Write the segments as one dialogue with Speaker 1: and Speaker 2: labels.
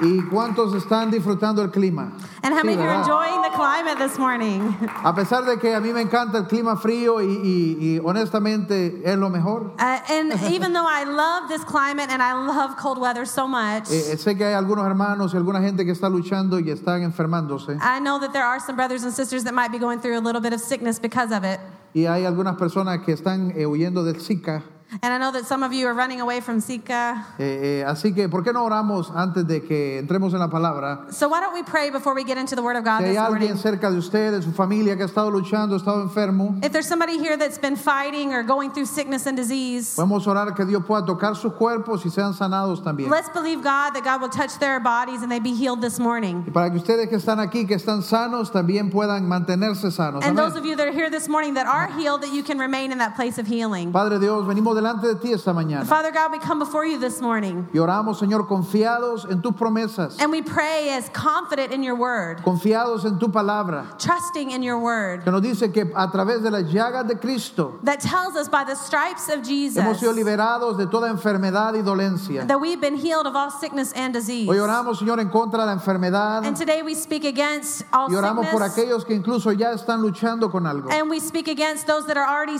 Speaker 1: ¿Y cuántos están disfrutando el clima?
Speaker 2: And how many
Speaker 1: Sí,
Speaker 2: of you are
Speaker 1: ¿verdad?
Speaker 2: enjoying the climate this morning?
Speaker 1: A pesar de que a mí me encanta el clima frío y, y- y honestamente es lo mejor,
Speaker 2: Uh, and even though I love this climate and I love cold weather so much,
Speaker 1: eh, eh, sé que hay algunos hermanos y alguna gente que está luchando y están enfermándose.
Speaker 2: I know that there are some brothers and sisters that might be going through a little bit of sickness because of it.
Speaker 1: Y hay algunas personas que están eh, huyendo del Zika.
Speaker 2: And I know that some of you are running away from Zika.
Speaker 1: Eh, eh, así que, ¿por qué no oramos antes de que entremos en la palabra?
Speaker 2: So why don't we pray before we get into the Word of God
Speaker 1: Si hay
Speaker 2: this
Speaker 1: alguien
Speaker 2: morning?
Speaker 1: cerca de usted, de su familia, que ha estado luchando, ha estado enfermo,
Speaker 2: If there's somebody here that's been fighting or going through sickness and disease,
Speaker 1: podemos orar que Dios pueda tocar sus cuerpos y sean sanados también.
Speaker 2: let's believe God that God will touch their bodies and they be healed this morning.
Speaker 1: Y para que ustedes que están aquí, que están sanos, también puedan mantenerse sanos.
Speaker 2: And
Speaker 1: Amén.
Speaker 2: those of you that are here this morning that are healed, that you can remain in that place of healing.
Speaker 1: Padre Dios, venimos delante de ti esta mañana
Speaker 2: Father God, we come before you this morning
Speaker 1: y oramos, Señor, confiados en tus promesas,
Speaker 2: and we pray as confident in your word,
Speaker 1: confiados en tu palabra,
Speaker 2: trusting in your word
Speaker 1: que nos dice que a través de las llagas de Cristo
Speaker 2: that tells us by the stripes of
Speaker 1: hemos
Speaker 2: Jesus
Speaker 1: sido liberados de toda enfermedad y dolencia.
Speaker 2: that we've been healed of all sickness and disease.
Speaker 1: Hoy oramos, Señor, en contra de la enfermedad
Speaker 2: And today we speak against all
Speaker 1: y oramos por
Speaker 2: sickness
Speaker 1: aquellos que incluso ya están luchando con algo.
Speaker 2: and we speak against those that are already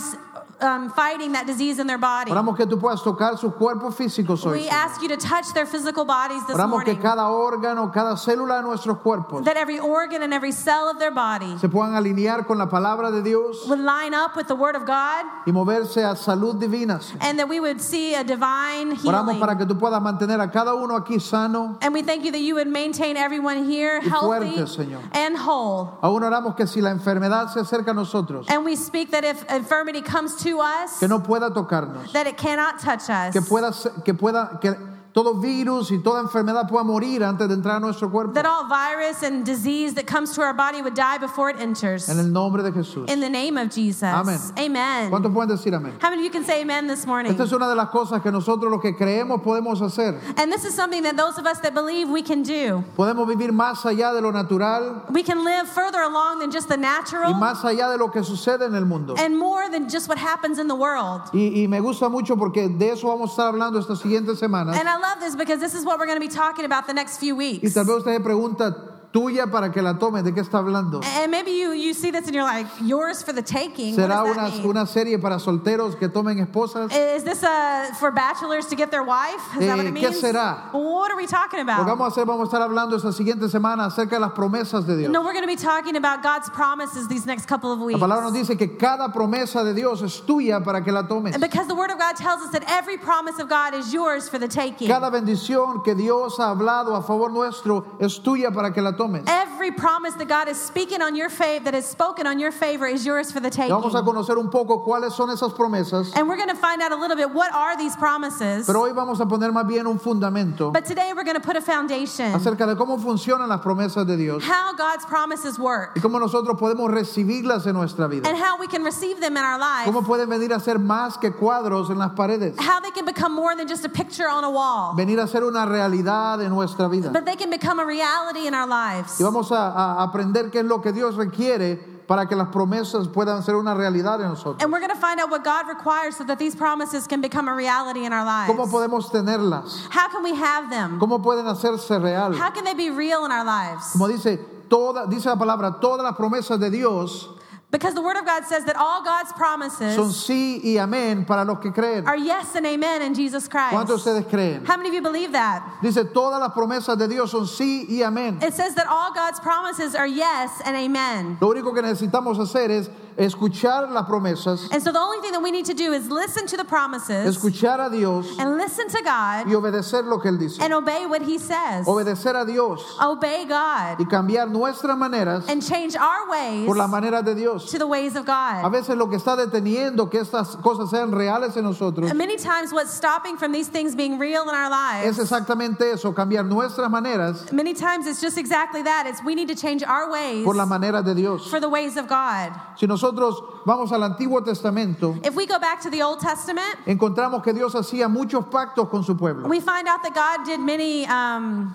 Speaker 2: um, fighting that disease in their body.
Speaker 1: Oramos que tú puedas tocar sus cuerpos físicos hoy.
Speaker 2: We ask you to touch their physical bodies this
Speaker 1: Oramos que
Speaker 2: morning,
Speaker 1: cada órgano, cada célula de nuestros cuerpos
Speaker 2: that every organ and every cell of their body
Speaker 1: se puedan alinear con la palabra de Dios
Speaker 2: would line up with the word of God
Speaker 1: y moverse a salud divina. Señor.
Speaker 2: and that we would see a divine
Speaker 1: Oramos
Speaker 2: healing.
Speaker 1: para que tú puedas mantener a cada uno aquí sano.
Speaker 2: And we thank you that you would maintain everyone here
Speaker 1: Y
Speaker 2: healthy
Speaker 1: fuerte, Señor.
Speaker 2: and whole.
Speaker 1: Aún oramos que si la enfermedad se acerca a nosotros,
Speaker 2: And we speak that if infirmity comes to us,
Speaker 1: que no pueda tocarnos,
Speaker 2: that it cannot touch us.
Speaker 1: que pueda se- que pueda que todo virus y toda enfermedad pueda morir antes de entrar a nuestro cuerpo.
Speaker 2: That all virus and disease that comes to our body would die before it enters.
Speaker 1: En el nombre de Jesús.
Speaker 2: In the name of Jesus.
Speaker 1: Amén.
Speaker 2: Amen.
Speaker 1: ¿Cuántos pueden decir amén?
Speaker 2: How many of you can say amen this morning?
Speaker 1: Esta es una de las cosas que nosotros los que creemos podemos hacer.
Speaker 2: And this is something that those of us that believe we can do.
Speaker 1: Podemos vivir más allá de lo natural
Speaker 2: We can live further along than just the
Speaker 1: y
Speaker 2: natural
Speaker 1: más allá de lo que sucede en el mundo.
Speaker 2: and more than just what happens in the world.
Speaker 1: Y, y me gusta mucho porque de eso vamos a estar hablando estas siguientes semanas.
Speaker 2: And I love this because this is what we're going to be talking about the next few
Speaker 1: Y
Speaker 2: weeks.
Speaker 1: tal vez usted se pregunta tuya para que la tome, ¿de qué está hablando?
Speaker 2: And maybe you, you see this and you're like, yours for the taking. What
Speaker 1: ¿Será
Speaker 2: does
Speaker 1: una,
Speaker 2: that mean?
Speaker 1: una serie para solteros que tomen esposas?
Speaker 2: Is this uh, for bachelors to get their wife? Is that what
Speaker 1: Eh,
Speaker 2: it
Speaker 1: ¿qué
Speaker 2: means?
Speaker 1: será?
Speaker 2: What are we talking
Speaker 1: Lo
Speaker 2: about?
Speaker 1: que vamos a hacer, vamos a estar hablando esta siguiente semana acerca de las promesas de Dios.
Speaker 2: No, we're going to be talking about God's promises these next couple of
Speaker 1: La
Speaker 2: weeks.
Speaker 1: palabra nos dice que cada promesa de Dios es tuya para que la tomes.
Speaker 2: And because the Word of God tells us that every promise of God is yours for the taking.
Speaker 1: Cada bendición que Dios ha hablado a favor nuestro es tuya para que la tomes.
Speaker 2: Every promise that God is speaking on your favor, that is spoken on your favor, is yours for
Speaker 1: Y
Speaker 2: the taking.
Speaker 1: vamos a conocer un poco cuáles son esas promesas,
Speaker 2: And we're going to find out a little bit what are these promises.
Speaker 1: pero hoy vamos a poner más bien un fundamento
Speaker 2: But today we're going to put a foundation
Speaker 1: acerca de cómo funcionan las promesas de Dios
Speaker 2: how God's promises work
Speaker 1: y cómo nosotros podemos recibirlas en nuestra vida.
Speaker 2: and how we can receive them in our life,
Speaker 1: ¿Cómo pueden venir a ser más que cuadros en las paredes?
Speaker 2: how they can become more than just a picture on a wall,
Speaker 1: Venir a ser una realidad en nuestra vida.
Speaker 2: but they can become a reality in our lives.
Speaker 1: Y vamos a, a aprender qué es lo que Dios requiere para que las promesas puedan ser una realidad en nosotros.
Speaker 2: And we're going to find out what God requires so that these promises can become a reality in our
Speaker 1: ¿Cómo
Speaker 2: lives.
Speaker 1: podemos tenerlas?
Speaker 2: How can we have them?
Speaker 1: ¿Cómo pueden hacerse real?
Speaker 2: How can they be real in our lives?
Speaker 1: Como dice, toda, dice la palabra, todas las promesas de Dios
Speaker 2: Because the Word of God says that all God's
Speaker 1: son
Speaker 2: promises
Speaker 1: sí y amén para los que creen.
Speaker 2: are yes and amen in
Speaker 1: ¿Cuántos
Speaker 2: Jesus Christ.
Speaker 1: de ustedes creen?
Speaker 2: How many of you believe that?
Speaker 1: Dice, todas las promesas de Dios son sí y amén.
Speaker 2: It says that all God's promises are yes and amen.
Speaker 1: Lo único que necesitamos hacer es escuchar las promesas,
Speaker 2: And so the only thing that we need to do is listen to the promises
Speaker 1: escuchar a Dios
Speaker 2: and listen to God
Speaker 1: y obedecer lo que Él dice.
Speaker 2: and obey what He says.
Speaker 1: Obedecer a Dios
Speaker 2: Obey God
Speaker 1: y cambiar nuestras maneras
Speaker 2: and change our ways
Speaker 1: por las maneras de Dios.
Speaker 2: to the ways of
Speaker 1: A
Speaker 2: God.
Speaker 1: veces lo que está deteniendo que estas cosas sean reales en nosotros
Speaker 2: And Many times, what's stopping from these things being real in our
Speaker 1: es
Speaker 2: lives,
Speaker 1: exactamente eso, cambiar nuestras maneras
Speaker 2: many times it's just exactly that. It's we need to change our ways
Speaker 1: por las maneras de Dios.
Speaker 2: for the ways of God.
Speaker 1: Si nosotros vamos al Antiguo Testamento,
Speaker 2: If we go back to the Old Testament,
Speaker 1: encontramos que Dios hacía muchos pactos con su pueblo.
Speaker 2: we find out that God did many, um,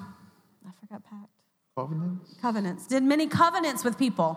Speaker 2: I forgot pact, covenants, did many covenants with people.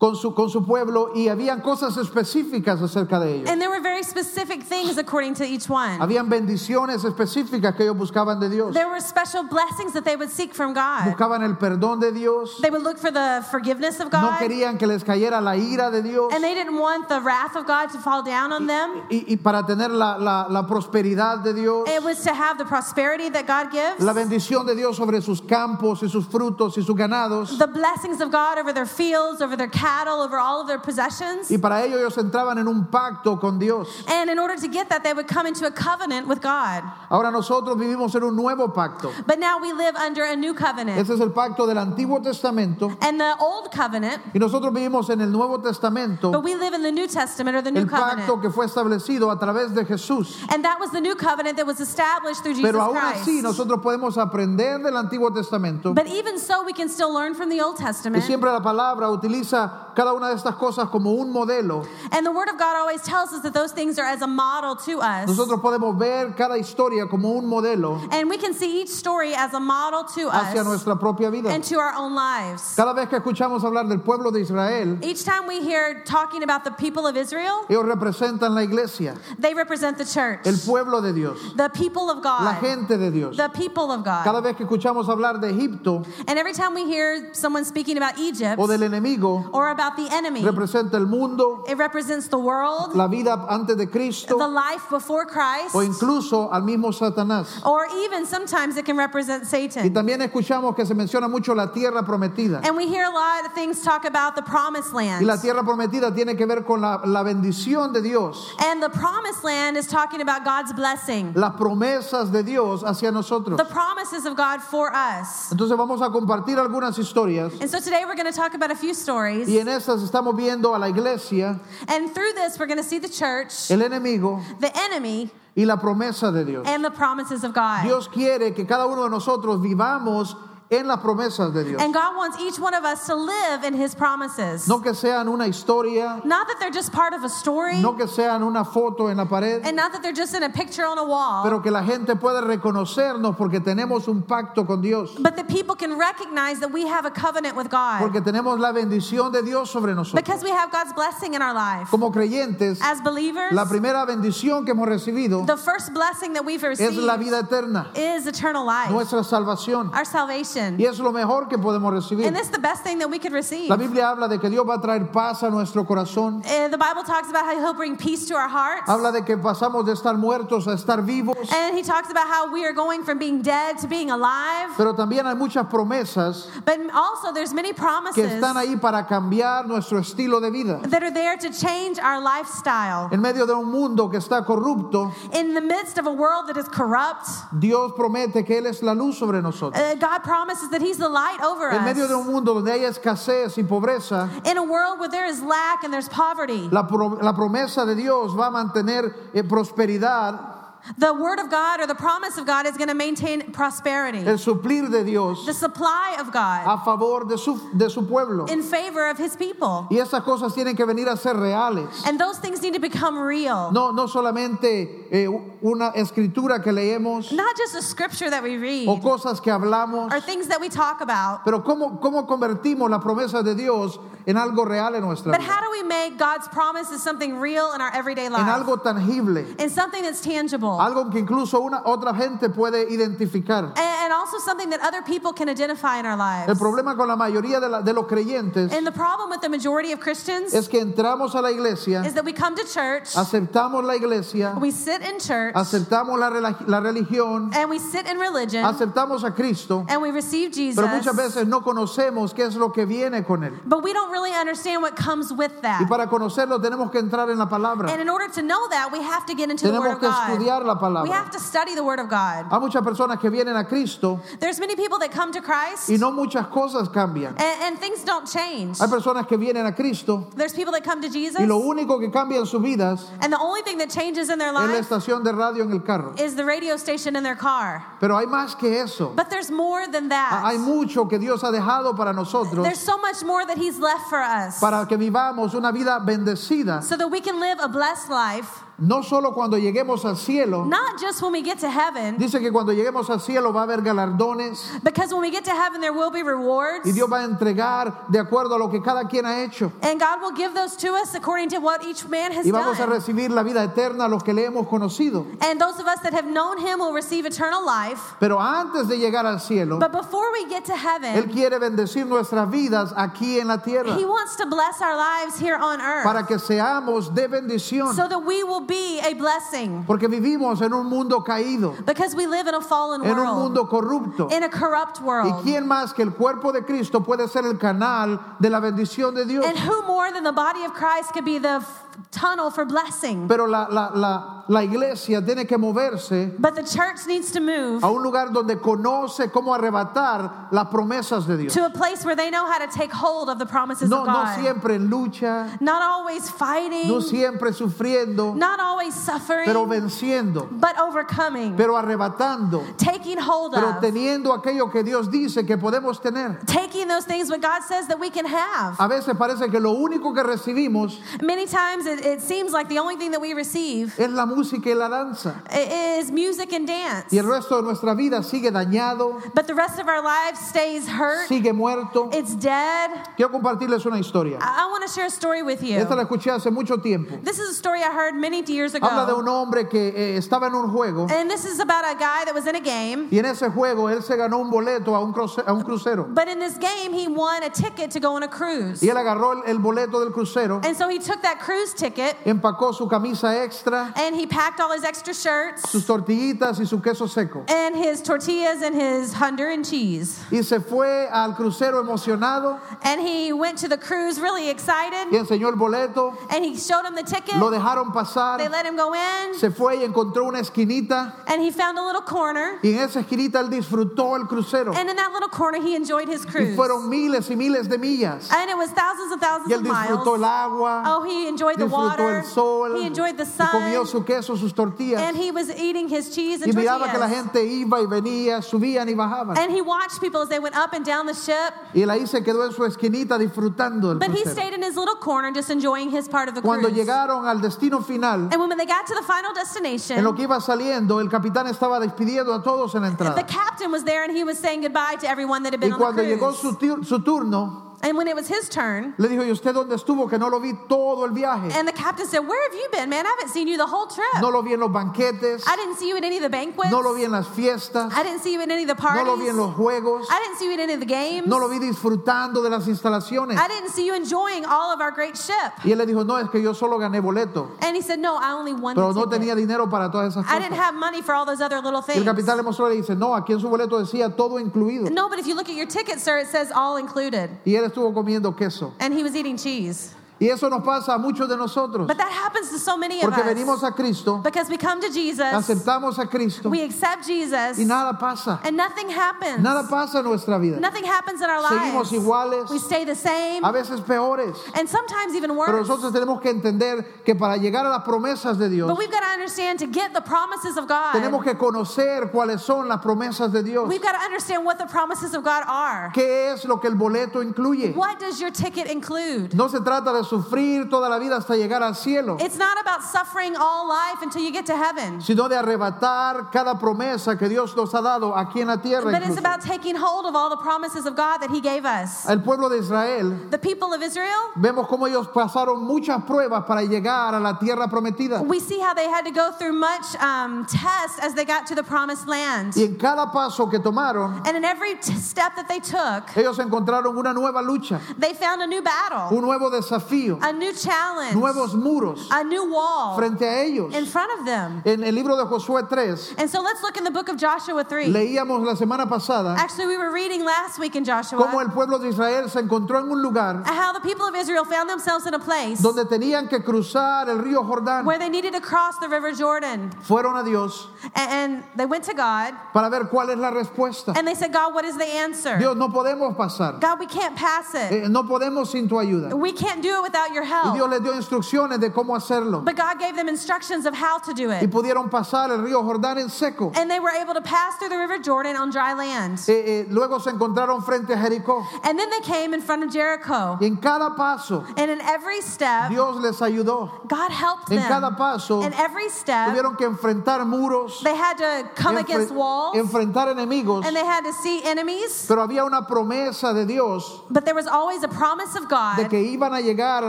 Speaker 1: con su, con su pueblo y habían cosas específicas acerca de ellos.
Speaker 2: And there were very specific things according to each one.
Speaker 1: Habían bendiciones específicas que ellos buscaban de Dios.
Speaker 2: There were special blessings that they would seek from God.
Speaker 1: Buscaban el perdón de Dios.
Speaker 2: They would look for the forgiveness of
Speaker 1: No
Speaker 2: God,
Speaker 1: querían que les cayera la ira de Dios.
Speaker 2: and they didn't want the wrath of God to fall down on them.
Speaker 1: Y, y para tener la, la- la prosperidad de Dios.
Speaker 2: It was to have the prosperity that God gives,
Speaker 1: La bendición de Dios sobre sus campos y sus frutos y sus ganados.
Speaker 2: the blessings of God over their fields, over their cattle, over all of their possessions.
Speaker 1: Y para ello ellos entraban en un pacto con Dios.
Speaker 2: And in order to get that, they would come into a covenant with God.
Speaker 1: Ahora nosotros vivimos en un nuevo pacto.
Speaker 2: But now we live under a new covenant.
Speaker 1: Ese es el pacto del Antiguo Testamento.
Speaker 2: And the old covenant,
Speaker 1: Y nosotros vivimos en el Nuevo Testamento,
Speaker 2: but we live in the New Testament or the new
Speaker 1: el pacto
Speaker 2: covenant.
Speaker 1: que fue establecido a través de Jesús.
Speaker 2: And that was the new covenant that was established through Jesus
Speaker 1: Pero aún así
Speaker 2: Christ.
Speaker 1: nosotros podemos aprender del Antiguo Testamento.
Speaker 2: But even so, we can still learn from the Old
Speaker 1: Y
Speaker 2: Testament.
Speaker 1: siempre la palabra utiliza cada una de estas cosas como un modelo.
Speaker 2: And the Word of God always tells us that those things are as a model to us.
Speaker 1: Nosotros podemos ver cada historia como un modelo
Speaker 2: And we can see each story as a model to
Speaker 1: hacia
Speaker 2: us
Speaker 1: nuestra propia vida.
Speaker 2: and to our own lives.
Speaker 1: Cada vez que escuchamos hablar del pueblo de Israel,
Speaker 2: Each time we hear talking about the people of Israel,
Speaker 1: ellos representan la iglesia,
Speaker 2: they represent the church,
Speaker 1: el pueblo de Dios,
Speaker 2: the people of
Speaker 1: la
Speaker 2: God,
Speaker 1: gente de Dios.
Speaker 2: the people of
Speaker 1: Cada
Speaker 2: God.
Speaker 1: vez que escuchamos hablar de Egipto
Speaker 2: And every time we hear someone speaking about Egypt
Speaker 1: o del enemigo,
Speaker 2: or about the enemy,
Speaker 1: representa el mundo,
Speaker 2: it represents the world,
Speaker 1: la vida antes de Cristo
Speaker 2: the life before Christ,
Speaker 1: o incluso al mismo Satanás.
Speaker 2: or even sometimes it can represent
Speaker 1: Y
Speaker 2: Satan.
Speaker 1: también escuchamos que se menciona mucho la tierra prometida.
Speaker 2: And we hear a lot of things talk about the promised
Speaker 1: Y
Speaker 2: land.
Speaker 1: la tierra prometida tiene que ver con la, la bendición de Dios,
Speaker 2: And the promised land is talking about God's blessing,
Speaker 1: las promesas de Dios hacia nosotros.
Speaker 2: the promises of God for us.
Speaker 1: Entonces vamos a compartir algunas historias
Speaker 2: And so today we're going to talk about a few stories.
Speaker 1: y en esas estamos viendo a la iglesia,
Speaker 2: And through this, we're going to see the church,
Speaker 1: el enemigo
Speaker 2: the enemy,
Speaker 1: y la promesa de Dios.
Speaker 2: and the promises of God.
Speaker 1: Dios quiere que cada uno de nosotros vivamos en las promesas de Dios,
Speaker 2: And God wants each one of us to live in his promises.
Speaker 1: no que sean una historia,
Speaker 2: Not that they're just part of a story,
Speaker 1: no que sean una foto en la pared,
Speaker 2: and not that they're just in a picture on a wall,
Speaker 1: pero que la gente pueda reconocernos porque tenemos un pacto con Dios,
Speaker 2: but that people can recognize that we have a covenant with God
Speaker 1: porque tenemos la bendición de Dios sobre nosotros.
Speaker 2: because we have God's blessing in our life.
Speaker 1: Como creyentes,
Speaker 2: As believers,
Speaker 1: la primera bendición que hemos recibido
Speaker 2: the first blessing that we've
Speaker 1: es la
Speaker 2: received
Speaker 1: vida eterna,
Speaker 2: is eternal life,
Speaker 1: nuestra salvación,
Speaker 2: our
Speaker 1: y
Speaker 2: salvation.
Speaker 1: es lo mejor que podemos recibir.
Speaker 2: And this is the best thing that we could receive.
Speaker 1: La Biblia habla de que Dios va a traer paz a nuestro corazón.
Speaker 2: Uh, the Bible talks about how He'll bring peace to our hearts.
Speaker 1: Habla de que pasamos de estar muertos a estar vivos.
Speaker 2: And He talks about how we are going from being dead to being alive.
Speaker 1: Pero también hay muchas promesas
Speaker 2: But also, there's many
Speaker 1: que
Speaker 2: promises
Speaker 1: están ahí para cambiar nuestro estilo de vida.
Speaker 2: that are there to change our lifestyle.
Speaker 1: En medio de un mundo que está corrupto,
Speaker 2: In the midst of a world that is corrupt,
Speaker 1: Dios promete que Él es la luz sobre nosotros.
Speaker 2: uh, God promises that He's the light over
Speaker 1: En medio de
Speaker 2: us.
Speaker 1: un mundo donde hay escasez y pobreza,
Speaker 2: In a world where there is lack and there's poverty,
Speaker 1: la, pro- la promesa de Dios va a mantener eh, prosperidad,
Speaker 2: the Word of God or the promise of God is going to maintain prosperity,
Speaker 1: el Ah. suplir de Dios
Speaker 2: the supply of God
Speaker 1: a favor de su, de su pueblo.
Speaker 2: in favor of His people.
Speaker 1: Y esas cosas tienen que venir a ser reales.
Speaker 2: And those things need to become real.
Speaker 1: No, no solamente eh, una escritura que leemos
Speaker 2: Not just a scripture that we read
Speaker 1: o cosas que hablamos,
Speaker 2: or things that we talk about,
Speaker 1: pero cómo, cómo convertimos la promesa de Dios en algo real en nuestra
Speaker 2: but
Speaker 1: vida,
Speaker 2: how do we make God's promises something real in our everyday
Speaker 1: Oh, en
Speaker 2: life?
Speaker 1: algo tangible,
Speaker 2: In something that's tangible.
Speaker 1: algo que incluso una, otra gente puede identificar.
Speaker 2: And and also something that other people can identify in our
Speaker 1: El
Speaker 2: lives.
Speaker 1: problema con la mayoría de, la- de los creyentes
Speaker 2: And the problem with the majority of Christians
Speaker 1: es que entramos a la iglesia,
Speaker 2: is that we come to church,
Speaker 1: aceptamos la iglesia,
Speaker 2: we sit in church,
Speaker 1: aceptamos la, rela- la religión,
Speaker 2: and we sit in religion,
Speaker 1: aceptamos a Cristo,
Speaker 2: and we receive Jesus.
Speaker 1: pero muchas veces no conocemos qué es lo que viene con él.
Speaker 2: But we don't really understand what comes with
Speaker 1: Y
Speaker 2: that.
Speaker 1: para conocerlo tenemos que entrar en la
Speaker 2: And
Speaker 1: palabra.
Speaker 2: in order to know that, we have to get into the
Speaker 1: Tenemos
Speaker 2: Word of
Speaker 1: que
Speaker 2: God.
Speaker 1: estudiar la
Speaker 2: We
Speaker 1: palabra.
Speaker 2: have to study the Word of God.
Speaker 1: Hay muchas personas que vienen a Cristo
Speaker 2: There's many people that come to Christ,
Speaker 1: y
Speaker 2: and,
Speaker 1: no muchas cosas cambian.
Speaker 2: and things don't change.
Speaker 1: Hay personas que vienen a Cristo
Speaker 2: There's people that come to Jesus,
Speaker 1: y lo único que cambia en sus vidas
Speaker 2: and the only thing that changes in their
Speaker 1: es la
Speaker 2: life
Speaker 1: estación de radio en el carro.
Speaker 2: is the radio station in their car.
Speaker 1: Pero hay más que eso.
Speaker 2: But there's more than that.
Speaker 1: Ha- Hay mucho que Dios ha dejado para nosotros
Speaker 2: There's so much more that He's left for us
Speaker 1: para que vivamos una vida bendecida
Speaker 2: so that we can live a blessed life
Speaker 1: No solo cuando lleguemos al cielo,
Speaker 2: Not just when we get to heaven,
Speaker 1: dice que cuando lleguemos al cielo va a haber galardones
Speaker 2: because when we get to heaven, there will be rewards.
Speaker 1: y Dios va a entregar de acuerdo a lo que cada quien ha hecho.
Speaker 2: And God will give those to us according to what each man has
Speaker 1: Y vamos a
Speaker 2: done.
Speaker 1: recibir la vida eterna a los que le hemos conocido.
Speaker 2: And those of us that have known Him will receive eternal life.
Speaker 1: Pero antes de llegar al cielo,
Speaker 2: But before we get to
Speaker 1: Él
Speaker 2: heaven,
Speaker 1: quiere bendecir nuestras vidas aquí en la tierra
Speaker 2: He wants to bless our lives here on earth
Speaker 1: para que seamos de bendición.
Speaker 2: so that we will be a blessing
Speaker 1: Porque vivimos en un mundo caído,
Speaker 2: because we live in a fallen
Speaker 1: en un
Speaker 2: world,
Speaker 1: mundo corrupto.
Speaker 2: in a corrupt
Speaker 1: ¿Y
Speaker 2: world.
Speaker 1: quién más que el cuerpo de Cristo puede ser el canal de la bendición de Dios?
Speaker 2: And who more than the body of Christ could be the f- tunnel for blessing?
Speaker 1: Pero la, la- la- la iglesia tiene que moverse
Speaker 2: But the church needs to move
Speaker 1: a un lugar donde conoce cómo arrebatar las promesas de Dios.
Speaker 2: to a place where they know how to take hold of the promises
Speaker 1: No,
Speaker 2: of
Speaker 1: no
Speaker 2: God.
Speaker 1: siempre en lucha,
Speaker 2: Not always fighting,
Speaker 1: no siempre sufriendo,
Speaker 2: not always suffering,
Speaker 1: pero venciendo,
Speaker 2: but overcoming,
Speaker 1: pero arrebatando,
Speaker 2: taking hold
Speaker 1: pero
Speaker 2: of,
Speaker 1: teniendo aquello que Dios dice que podemos tener.
Speaker 2: taking those things what God says that we can have.
Speaker 1: A veces parece que lo único que recibimos
Speaker 2: Many times it, it seems like the only thing that we receive
Speaker 1: es la música y la danza.
Speaker 2: i- is music and dance.
Speaker 1: Y el resto de nuestra vida sigue dañado,
Speaker 2: But the rest of our life stays hurt,
Speaker 1: sigue muerto.
Speaker 2: it's dead.
Speaker 1: Quiero compartirles una historia.
Speaker 2: I, I want to share a story with you.
Speaker 1: Esta la escuché hace mucho tiempo.
Speaker 2: This is a story I heard many years ago.
Speaker 1: Habla de un hombre que eh, estaba en un juego
Speaker 2: And this is about a guy that was in a game.
Speaker 1: y en ese juego él se ganó un boleto a un, cruce- a un crucero.
Speaker 2: But in this game, he won a ticket to go on a cruise.
Speaker 1: Y él agarró el, el boleto del crucero,
Speaker 2: And so he took that cruise ticket
Speaker 1: empacó su camisa extra,
Speaker 2: and he packed all his extra shirts
Speaker 1: sus tortillitas y su queso seco.
Speaker 2: and his tortillas and his Honduran cheese.
Speaker 1: Y se fue al crucero emocionado
Speaker 2: And he went to the cruise really
Speaker 1: y
Speaker 2: excited
Speaker 1: enseñó el boleto.
Speaker 2: and he showed him the ticket.
Speaker 1: Lo dejaron
Speaker 2: They
Speaker 1: pasar.
Speaker 2: let him go in
Speaker 1: Se fue y encontró una esquinita
Speaker 2: and he found a little corner.
Speaker 1: y en esa esquinita él disfrutó el crucero.
Speaker 2: And in that little corner, he enjoyed his
Speaker 1: Y
Speaker 2: cruise.
Speaker 1: fueron miles y miles de millas.
Speaker 2: And it was thousands and
Speaker 1: Y
Speaker 2: thousands
Speaker 1: él
Speaker 2: of
Speaker 1: disfrutó el
Speaker 2: miles.
Speaker 1: agua,
Speaker 2: Oh, he enjoyed the
Speaker 1: disfrutó
Speaker 2: water.
Speaker 1: el sol,
Speaker 2: He enjoyed the
Speaker 1: y comió
Speaker 2: sun.
Speaker 1: su queso, sus tortillas.
Speaker 2: And he was eating his cheese and
Speaker 1: Y miraba que la
Speaker 2: tortillas.
Speaker 1: gente iba y venía, subían y bajaban.
Speaker 2: And he watched people as they went up and down the ship.
Speaker 1: Y él ahí se quedó en su esquinita disfrutando del
Speaker 2: But he
Speaker 1: crucero.
Speaker 2: stayed in his little corner just enjoying his part of the
Speaker 1: Cuando
Speaker 2: cruise.
Speaker 1: llegaron al destino final,
Speaker 2: And when they got to the final destination,
Speaker 1: en lo que iba saliendo, el capitán estaba despidiendo a todos en la
Speaker 2: the
Speaker 1: entrada.
Speaker 2: captain was there and he was saying goodbye to everyone that had
Speaker 1: Y
Speaker 2: been on
Speaker 1: cuando
Speaker 2: the
Speaker 1: llegó
Speaker 2: cruise.
Speaker 1: su, tu- su turno,
Speaker 2: And when it was his turn,
Speaker 1: le dijo, ¿y usted dónde estuvo? Que no lo vi todo el viaje.
Speaker 2: and the captain said, Where have you been, man? I haven't seen you the whole trip.
Speaker 1: No lo vi en los banquetes,
Speaker 2: I didn't see you at any of the banquets.
Speaker 1: no lo vi en las fiestas,
Speaker 2: I didn't see you at any of the
Speaker 1: no
Speaker 2: parties.
Speaker 1: lo vi en los juegos,
Speaker 2: I didn't see you at any of the games.
Speaker 1: no lo vi disfrutando de las instalaciones.
Speaker 2: I didn't see you enjoying all of our great ship.
Speaker 1: Y él le dijo, no, es que yo solo gané boleto,
Speaker 2: And he said, No, I only won
Speaker 1: pero
Speaker 2: the
Speaker 1: no
Speaker 2: ticket.
Speaker 1: tenía dinero para todas esas
Speaker 2: I didn't
Speaker 1: cosas.
Speaker 2: have money for all those other little
Speaker 1: Y el
Speaker 2: things.
Speaker 1: capitán le mostró y le dice, no, aquí en su boleto decía todo incluido.
Speaker 2: No, but if you look at your ticket, sir, it says all included.
Speaker 1: Y él estuvo comiendo queso.
Speaker 2: And he was eating cheese.
Speaker 1: Y eso nos pasa a muchos de nosotros,
Speaker 2: But that happens to so many of
Speaker 1: porque
Speaker 2: us.
Speaker 1: venimos a Cristo,
Speaker 2: because we come to Jesus,
Speaker 1: aceptamos a Cristo
Speaker 2: we accept Jesus,
Speaker 1: y nada pasa.
Speaker 2: and nothing happens.
Speaker 1: Nada pasa en nuestra vida.
Speaker 2: Nothing happens in our
Speaker 1: Seguimos
Speaker 2: lives.
Speaker 1: iguales,
Speaker 2: We stay the same,
Speaker 1: a veces peores.
Speaker 2: and sometimes even worse.
Speaker 1: Pero nosotros tenemos que entender que para llegar a las promesas de Dios,
Speaker 2: but we've got to understand to get the promises of God,
Speaker 1: tenemos que conocer cuáles son las promesas de Dios.
Speaker 2: we've got to understand what the promises of God are.
Speaker 1: ¿Qué es lo que el boleto incluye?
Speaker 2: What does your ticket include?
Speaker 1: No se trata de sufrir toda la vida hasta llegar al cielo,
Speaker 2: It's not about suffering all life until you get to heaven,
Speaker 1: sino de arrebatar cada promesa que Dios nos ha dado aquí en la tierra.
Speaker 2: but it's
Speaker 1: incluso.
Speaker 2: about taking hold of all the promises of God that He gave us.
Speaker 1: El pueblo de Israel,
Speaker 2: The people of Israel,
Speaker 1: vemos cómo ellos pasaron muchas pruebas para llegar a la tierra prometida.
Speaker 2: we see how they had to go through much um, test as they got to the promised land.
Speaker 1: Y en cada paso que tomaron,
Speaker 2: And in every t- step that they took,
Speaker 1: ellos encontraron una nueva lucha,
Speaker 2: they found a new battle,
Speaker 1: un nuevo desafío,
Speaker 2: a new challenge,
Speaker 1: nuevos muros
Speaker 2: a new wall
Speaker 1: frente a ellos.
Speaker 2: in front of them.
Speaker 1: En el libro de Josué 3,
Speaker 2: And so let's look in the book of Joshua 3.
Speaker 1: leíamos la semana pasada
Speaker 2: Actually, we were reading last week in
Speaker 1: cómo
Speaker 2: Joshua
Speaker 1: el pueblo de Israel se encontró en un lugar
Speaker 2: how the people of Israel found themselves in a place
Speaker 1: donde tenían que cruzar el río Jordán,
Speaker 2: where they needed to cross the river Jordan.
Speaker 1: fueron a Dios
Speaker 2: A- And they went to God
Speaker 1: para ver cuál es la respuesta.
Speaker 2: and they said, God, what is the answer?
Speaker 1: Dios, no podemos pasar,
Speaker 2: God, we can't pass it.
Speaker 1: Eh, no podemos sin tu ayuda.
Speaker 2: We can't do it without your
Speaker 1: Y Dios
Speaker 2: help.
Speaker 1: les dio instrucciones de cómo hacerlo.
Speaker 2: But God gave them instructions of how to do
Speaker 1: Y
Speaker 2: it.
Speaker 1: pudieron pasar el río Jordán en seco.
Speaker 2: And they were able to pass through the river Jordan on dry land.
Speaker 1: Eh, eh, luego se encontraron frente a Jericó.
Speaker 2: And then they came in front of Jericho.
Speaker 1: En cada paso,
Speaker 2: And in every step,
Speaker 1: Dios les ayudó.
Speaker 2: God helped
Speaker 1: En cada
Speaker 2: them.
Speaker 1: paso,
Speaker 2: In every step,
Speaker 1: tuvieron que enfrentar muros,
Speaker 2: they had to come
Speaker 1: enfre-
Speaker 2: against walls
Speaker 1: enfrentar enemigos.
Speaker 2: and they had to see enemies.
Speaker 1: Pero había una promesa de Dios
Speaker 2: But there was always a promise of
Speaker 1: de
Speaker 2: God
Speaker 1: que iban a llegar a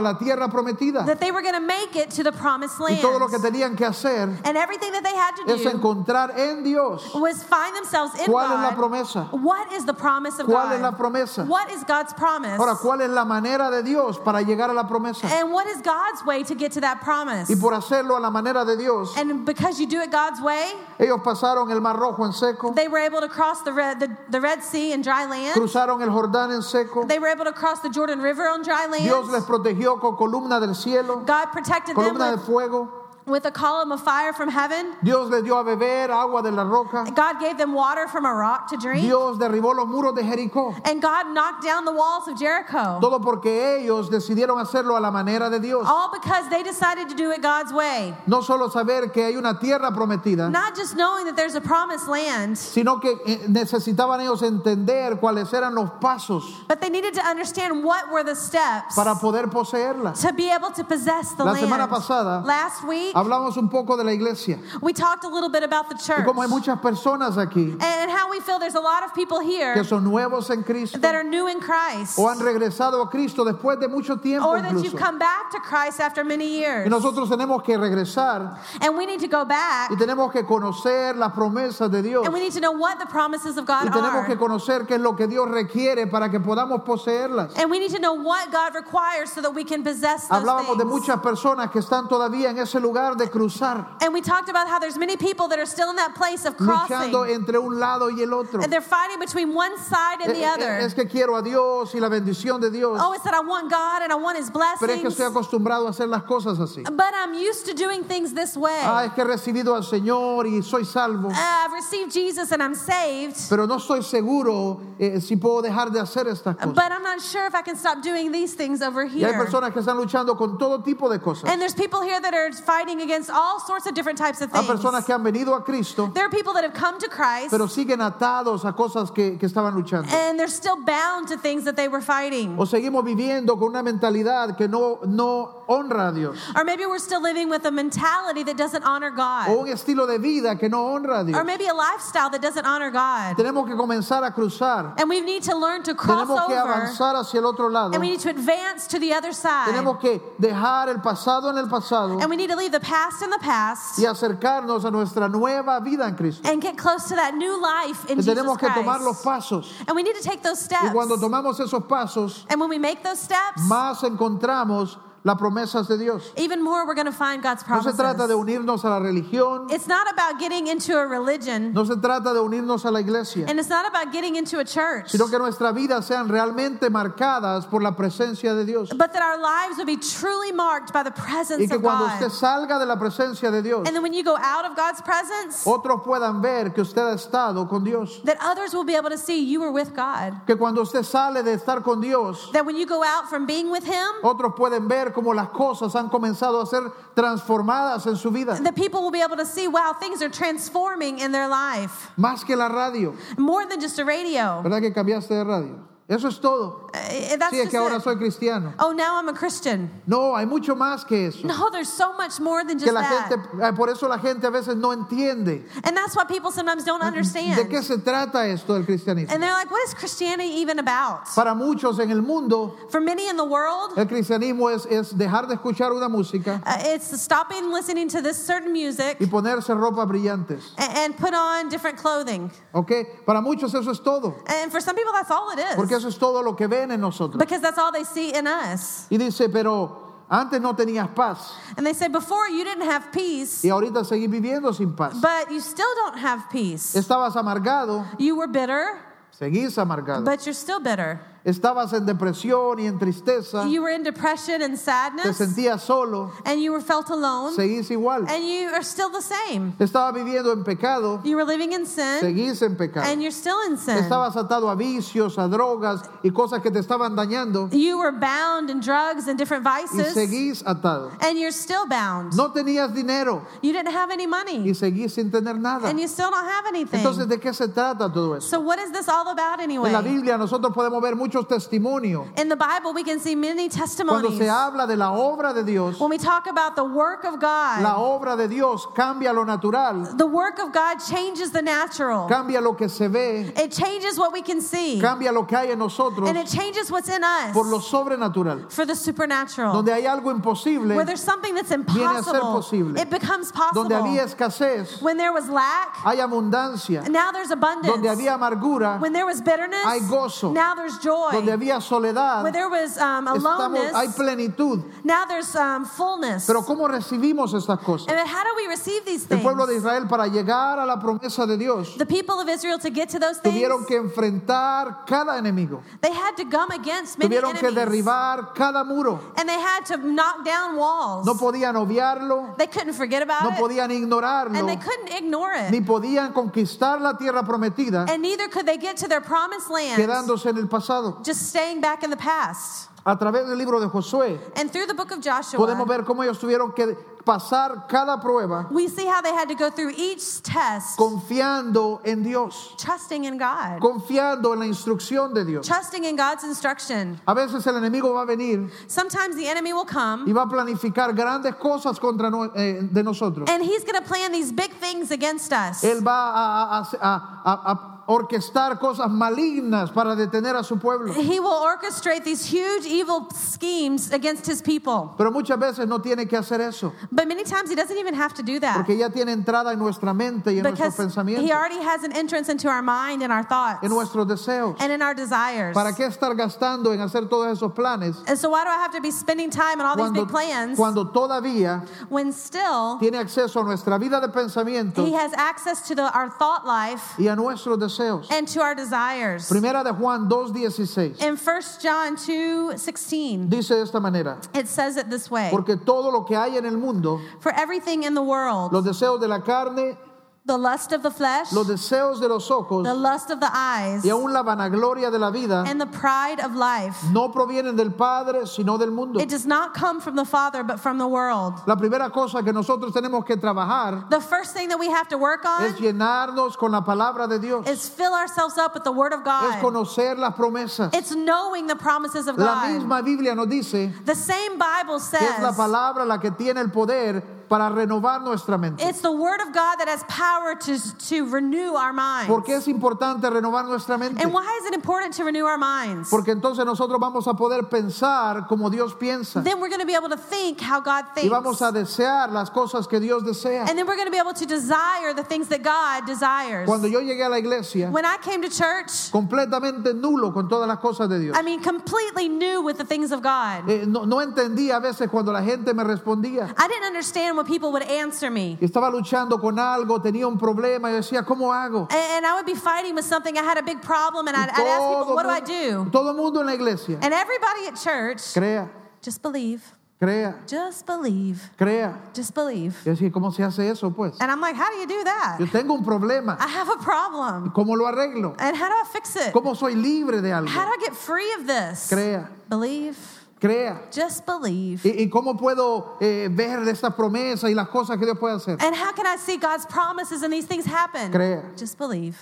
Speaker 1: la tierra prometida.
Speaker 2: that they were going to make it to the promised
Speaker 1: Y todo lo que
Speaker 2: land.
Speaker 1: tenían que hacer
Speaker 2: And everything that they had to
Speaker 1: es
Speaker 2: do
Speaker 1: encontrar en Dios
Speaker 2: was find themselves in
Speaker 1: cuál es la
Speaker 2: God.
Speaker 1: promesa.
Speaker 2: What is the promise of
Speaker 1: ¿Cuál es la
Speaker 2: God?
Speaker 1: promesa?
Speaker 2: What is God's promise?
Speaker 1: Ahora, ¿cuál es la manera de Dios para llegar a la promesa?
Speaker 2: And what is God's way to get to that promise?
Speaker 1: Y por hacerlo a la manera de Dios,
Speaker 2: And because you do it God's way,
Speaker 1: ellos pasaron el Mar Rojo en seco,
Speaker 2: they were able to cross the Red, the, the Red Sea and dry land.
Speaker 1: cruzaron el Jordán en seco.
Speaker 2: They were able to cross the Jordan River on dry
Speaker 1: Dios les
Speaker 2: land.
Speaker 1: protegió con columna del cielo,
Speaker 2: God protected them
Speaker 1: columna de
Speaker 2: with,
Speaker 1: fuego.
Speaker 2: with a column of fire from heaven.
Speaker 1: Dios les dio a beber agua de la roca.
Speaker 2: God gave them water from a rock to drink.
Speaker 1: Dios derribó los muros de Jericó.
Speaker 2: And God knocked down the walls of Jericho.
Speaker 1: Todo porque ellos decidieron hacerlo a la manera de Dios.
Speaker 2: All because they decided to do it God's way.
Speaker 1: No solo saber que hay una tierra prometida,
Speaker 2: Not just knowing that there's a promised land,
Speaker 1: sino que eh, necesitaban ellos entender cuáles eran los pasos
Speaker 2: but they needed to understand what were the steps
Speaker 1: para poder poseerla.
Speaker 2: to be able to possess the
Speaker 1: La
Speaker 2: land.
Speaker 1: semana pasada ah,
Speaker 2: Last week,
Speaker 1: Hablamos un poco de la iglesia
Speaker 2: we talked a little bit about the
Speaker 1: y
Speaker 2: church
Speaker 1: como hay muchas personas aquí
Speaker 2: and how we feel there's a lot of people
Speaker 1: que
Speaker 2: here
Speaker 1: son nuevos en Cristo
Speaker 2: that are new in Christ
Speaker 1: o han regresado a Cristo después de mucho tiempo
Speaker 2: or that you've
Speaker 1: incluso.
Speaker 2: come back to Christ after many
Speaker 1: Y
Speaker 2: years.
Speaker 1: nosotros tenemos que regresar
Speaker 2: And we need to go back
Speaker 1: y tenemos que conocer las promesas de Dios
Speaker 2: and we need to know what the promises of
Speaker 1: y
Speaker 2: God
Speaker 1: tenemos que
Speaker 2: are.
Speaker 1: conocer qué es lo que Dios requiere para que podamos poseerlas.
Speaker 2: And we need to know what God requires so that we can possess those
Speaker 1: Hablábamos de
Speaker 2: things.
Speaker 1: muchas personas que están todavía en ese lugar de cruzar,
Speaker 2: And we talked about how there's many people that are still in that place of crossing.
Speaker 1: luchando entre un lado y el otro.
Speaker 2: And they're fighting between one side and the
Speaker 1: Eh, eh,
Speaker 2: other.
Speaker 1: Es que quiero a Dios y la bendición de Dios,
Speaker 2: Oh, it's that I want God and I want His
Speaker 1: pero es que
Speaker 2: blessings.
Speaker 1: estoy acostumbrado a hacer las cosas así.
Speaker 2: But I'm used to doing things this way.
Speaker 1: Ah,
Speaker 2: Uh,
Speaker 1: es que he recibido al Señor y soy salvo,
Speaker 2: I've received Jesus and I'm saved.
Speaker 1: pero no estoy seguro eh, si puedo dejar de hacer estas cosas.
Speaker 2: But I'm not sure if I can stop doing these things over
Speaker 1: Y hay
Speaker 2: here.
Speaker 1: personas que están luchando con todo tipo de cosas.
Speaker 2: And there's people here that are fighting against all sorts of different types of
Speaker 1: Hay personas
Speaker 2: things.
Speaker 1: que han venido a Cristo,
Speaker 2: There are people that have come to Christ
Speaker 1: pero siguen atados a cosas que, que estaban luchando.
Speaker 2: and they're still bound to things that they were fighting.
Speaker 1: O seguimos viviendo con una mentalidad que no, no honra a Dios.
Speaker 2: Or maybe we're still living with a mentality that doesn't honor
Speaker 1: o
Speaker 2: God.
Speaker 1: un estilo de vida que no honra a Dios.
Speaker 2: Or maybe a lifestyle that doesn't honor God.
Speaker 1: Tenemos que comenzar a cruzar.
Speaker 2: And we need to learn to cross
Speaker 1: Tenemos que
Speaker 2: over
Speaker 1: avanzar hacia el otro lado.
Speaker 2: and we need to advance to the other side.
Speaker 1: Tenemos que dejar el pasado en el pasado
Speaker 2: And we need to leave the past in the past
Speaker 1: y acercarnos a nuestra nueva vida en Cristo.
Speaker 2: and get close to that new life in Jesus
Speaker 1: Tenemos que tomar los
Speaker 2: Christ.
Speaker 1: pasos.
Speaker 2: And we need to take those
Speaker 1: Y cuando
Speaker 2: steps.
Speaker 1: tomamos esos pasos,
Speaker 2: And when we make those steps,
Speaker 1: más encontramos las promesas de Dios.
Speaker 2: even more we're going to find God's
Speaker 1: No se trata de
Speaker 2: promises.
Speaker 1: unirnos a la religión,
Speaker 2: It's not about getting into a religion
Speaker 1: no se trata de unirnos a la iglesia,
Speaker 2: and it's not about getting into a church,
Speaker 1: sino que nuestras vidas sean realmente marcadas por la presencia de Dios.
Speaker 2: but that our lives would be truly marked by the
Speaker 1: Y
Speaker 2: presence
Speaker 1: que
Speaker 2: of
Speaker 1: cuando usted
Speaker 2: God.
Speaker 1: salga de la presencia de Dios,
Speaker 2: And then when you go out of God's presence,
Speaker 1: otros puedan ver que usted ha estado con Dios.
Speaker 2: that others will be able to see you were with God.
Speaker 1: Que cuando usted sale de estar con Dios,
Speaker 2: That when you go out from being with Him,
Speaker 1: otros pueden ver cómo las cosas han comenzado a ser transformadas en su vida.
Speaker 2: the people will be able to see, wow, things are transforming in their life.
Speaker 1: Más que la radio.
Speaker 2: More than just a radio.
Speaker 1: ¿Verdad que cambiaste de radio? Eso es todo.
Speaker 2: Eh, That's
Speaker 1: Sí, es
Speaker 2: just
Speaker 1: que ahora
Speaker 2: it.
Speaker 1: soy cristiano.
Speaker 2: Oh, now I'm a Christian.
Speaker 1: No, hay mucho más que eso.
Speaker 2: No, there's so much more than
Speaker 1: Que
Speaker 2: just
Speaker 1: la
Speaker 2: that.
Speaker 1: gente, eh, por eso la gente a veces no entiende
Speaker 2: And that's why people sometimes don't
Speaker 1: de qué
Speaker 2: understand.
Speaker 1: se trata esto del cristianismo.
Speaker 2: And they're like, what is Christianity even about?
Speaker 1: Para muchos en el mundo,
Speaker 2: For many in the world,
Speaker 1: el cristianismo es, es dejar de escuchar una música
Speaker 2: uh, it's stopping listening to this certain music
Speaker 1: y ponerse ropas brillantes.
Speaker 2: a- and put on different clothing.
Speaker 1: ¿Ok? Para muchos eso es todo,
Speaker 2: And for some people, that's all it
Speaker 1: porque
Speaker 2: is.
Speaker 1: eso es todo lo que ven en nosotros.
Speaker 2: Because that's all they see in us.
Speaker 1: Y dice, pero antes no tenías paz
Speaker 2: And they say, before you didn't have peace,
Speaker 1: y ahorita seguís viviendo sin paz.
Speaker 2: but you still don't have peace.
Speaker 1: Estabas amargado,
Speaker 2: You were bitter,
Speaker 1: seguís amargado.
Speaker 2: but you're still bitter.
Speaker 1: Estabas en depresión y en tristeza,
Speaker 2: You were in depression and
Speaker 1: te
Speaker 2: sadness,
Speaker 1: sentías solo,
Speaker 2: and you were felt alone,
Speaker 1: seguís igual.
Speaker 2: and you are still the same.
Speaker 1: Estabas viviendo en pecado,
Speaker 2: You were living in sin,
Speaker 1: seguís en pecado.
Speaker 2: and you're still in sin.
Speaker 1: Estabas atado a vicios, a drogas y cosas que te estaban dañando
Speaker 2: You were bound in drugs and different
Speaker 1: y
Speaker 2: vices,
Speaker 1: seguís atado.
Speaker 2: and you're still bound.
Speaker 1: No tenías dinero
Speaker 2: You didn't have any money,
Speaker 1: y seguís sin tener nada.
Speaker 2: and you still don't have
Speaker 1: Entonces,
Speaker 2: anything.
Speaker 1: ¿de qué se trata todo eso?
Speaker 2: So, what is this all about
Speaker 1: En la
Speaker 2: anyway?
Speaker 1: Biblia nosotros podemos ver muchos testimonios.
Speaker 2: In the Bible, we can see many
Speaker 1: Cuando
Speaker 2: testimonies.
Speaker 1: se habla de la obra de Dios,
Speaker 2: When we talk about the work of
Speaker 1: la
Speaker 2: God,
Speaker 1: obra de Dios cambia lo natural,
Speaker 2: the work of God changes the natural,
Speaker 1: cambia lo que se ve,
Speaker 2: it changes what we can see,
Speaker 1: cambia lo que hay en nosotros
Speaker 2: and it changes what's in
Speaker 1: por lo
Speaker 2: us
Speaker 1: sobrenatural.
Speaker 2: for the supernatural.
Speaker 1: Donde hay algo imposible,
Speaker 2: Oh. Where there's something that's
Speaker 1: a ser
Speaker 2: impossible,
Speaker 1: posible.
Speaker 2: it becomes
Speaker 1: donde había
Speaker 2: possible.
Speaker 1: escasez,
Speaker 2: When there was lack,
Speaker 1: hay abundancia,
Speaker 2: now there's
Speaker 1: donde
Speaker 2: abundance.
Speaker 1: había amargura,
Speaker 2: When there was bitterness,
Speaker 1: Hay gozo.
Speaker 2: now there's
Speaker 1: donde
Speaker 2: joy.
Speaker 1: había soledad,
Speaker 2: When there was um,
Speaker 1: estamos- hay
Speaker 2: aloneness,
Speaker 1: plenitud.
Speaker 2: now there's um, fullness.
Speaker 1: Pero ¿cómo recibimos estas
Speaker 2: And
Speaker 1: cosas?
Speaker 2: then how do we receive these
Speaker 1: El pueblo de
Speaker 2: things?
Speaker 1: Israel para llegar a la promesa de Dios
Speaker 2: The people of Israel to get to those
Speaker 1: tuvieron
Speaker 2: things,
Speaker 1: que enfrentar cada enemigo,
Speaker 2: they had to come against many
Speaker 1: tuvieron que
Speaker 2: enemies,
Speaker 1: derribar cada muro,
Speaker 2: and they had to knock down walls.
Speaker 1: no podían obviarlo,
Speaker 2: They couldn't forget
Speaker 1: no
Speaker 2: about it,
Speaker 1: podían ignorarlo,
Speaker 2: and they couldn't ignore
Speaker 1: ni
Speaker 2: it,
Speaker 1: podían conquistar la tierra prometida
Speaker 2: and neither could they get to their promised land,
Speaker 1: quedándose en el pasado.
Speaker 2: just staying back in the past.
Speaker 1: A través del libro de Josué
Speaker 2: And through the book of
Speaker 1: podemos
Speaker 2: Joshua,
Speaker 1: ver cómo ellos tuvieron que pasar cada prueba
Speaker 2: we see how they had to go through each test,
Speaker 1: confiando en Dios,
Speaker 2: trusting in God.
Speaker 1: confiando en la instrucción de Dios.
Speaker 2: Trusting in God's instruction.
Speaker 1: A veces el enemigo va a venir
Speaker 2: Sometimes the enemy will
Speaker 1: y
Speaker 2: come
Speaker 1: va a planificar grandes cosas contra no- eh, de nosotros.
Speaker 2: and he's going to plan these big things against us.
Speaker 1: Él va a, a- a- a- a- a orquestar cosas malignas para detener a su pueblo.
Speaker 2: He will orchestrate these huge evil schemes against his people.
Speaker 1: Pero muchas veces no tiene que hacer eso,
Speaker 2: But many times he doesn't even have to do that
Speaker 1: porque ya tiene entrada en nuestra mente y en nuestros
Speaker 2: because he
Speaker 1: pensamientos,
Speaker 2: already has an entrance into our mind and our thoughts
Speaker 1: en nuestros deseos.
Speaker 2: and in our desires.
Speaker 1: ¿Para qué estar gastando en hacer todos esos planes
Speaker 2: And so, why do I have to be spending time on all these
Speaker 1: cuando,
Speaker 2: big plans
Speaker 1: cuando todavía
Speaker 2: when still
Speaker 1: tiene acceso a nuestra vida de pensamiento
Speaker 2: he has access to the, our thought life
Speaker 1: y a nuestros deseos?
Speaker 2: and to our desires?
Speaker 1: Primera de Juan 2.16
Speaker 2: In 1 John 2 16,
Speaker 1: dice de esta manera,
Speaker 2: It says it this way
Speaker 1: porque todo lo que hay en el mundo,
Speaker 2: For everything in the world,
Speaker 1: los deseos de la carne,
Speaker 2: the lust of the flesh,
Speaker 1: los
Speaker 2: the
Speaker 1: deseos de los ojos
Speaker 2: lust of the eyes,
Speaker 1: y aún la vanagloria de la vida
Speaker 2: and the pride of life,
Speaker 1: no provienen del Padre, sino del mundo.
Speaker 2: it does not come from the Father, but from the world.
Speaker 1: La primera cosa que nosotros tenemos que trabajar
Speaker 2: The first thing that we have to work
Speaker 1: es
Speaker 2: on
Speaker 1: llenarnos con la palabra de Dios,
Speaker 2: is fill ourselves up with the Word of
Speaker 1: es
Speaker 2: God.
Speaker 1: conocer las promesas.
Speaker 2: It's knowing the promises of
Speaker 1: La
Speaker 2: God.
Speaker 1: misma Biblia nos dice
Speaker 2: The same Bible
Speaker 1: que es la
Speaker 2: says
Speaker 1: palabra la que tiene el poder para renovar nuestra mente.
Speaker 2: it's the Word of God that has power to, to renew our
Speaker 1: ¿Por qué
Speaker 2: minds.
Speaker 1: es importante renovar nuestra mente?
Speaker 2: And why is it important to renew our minds?
Speaker 1: Porque entonces nosotros vamos a poder pensar como Dios piensa
Speaker 2: Then we're going to be able to think how God
Speaker 1: y vamos
Speaker 2: thinks.
Speaker 1: a desear las cosas que Dios desea.
Speaker 2: And then we're going to be able to desire the things that God desires.
Speaker 1: Cuando yo llegué a la iglesia,
Speaker 2: When I came to church,
Speaker 1: completamente nulo con todas las cosas de Dios.
Speaker 2: I mean, completely new with the things of God.
Speaker 1: Eh, no, no entendía a veces cuando la gente me respondía.
Speaker 2: I didn't understand what people would answer me.
Speaker 1: Estaba luchando con algo, tenía un problema, yo decía, ¿cómo hago?
Speaker 2: A- And I would be fighting with something. I had a big problem, and I'd, I'd ask people, What do I
Speaker 1: mundo,
Speaker 2: do?
Speaker 1: todo mundo en la iglesia,
Speaker 2: And everybody at church,
Speaker 1: crea,
Speaker 2: just believe,
Speaker 1: crea,
Speaker 2: just believe,
Speaker 1: crea.
Speaker 2: just believe.
Speaker 1: Yo decía, ¿cómo se hace eso pues?
Speaker 2: And I'm like, How do you do that?
Speaker 1: Yo tengo un problema,
Speaker 2: I have a problem.
Speaker 1: ¿cómo lo arreglo?
Speaker 2: And how do I fix it?
Speaker 1: ¿Cómo soy libre de algo?
Speaker 2: How do I get free of this?
Speaker 1: Crea,
Speaker 2: Believe,
Speaker 1: crea.
Speaker 2: just believe.
Speaker 1: ¿Y, y cómo puedo eh, ver esta promesa y las cosas que Dios puede hacer?
Speaker 2: And how can I see God's promises and these things happen?
Speaker 1: Crea.
Speaker 2: Just believe.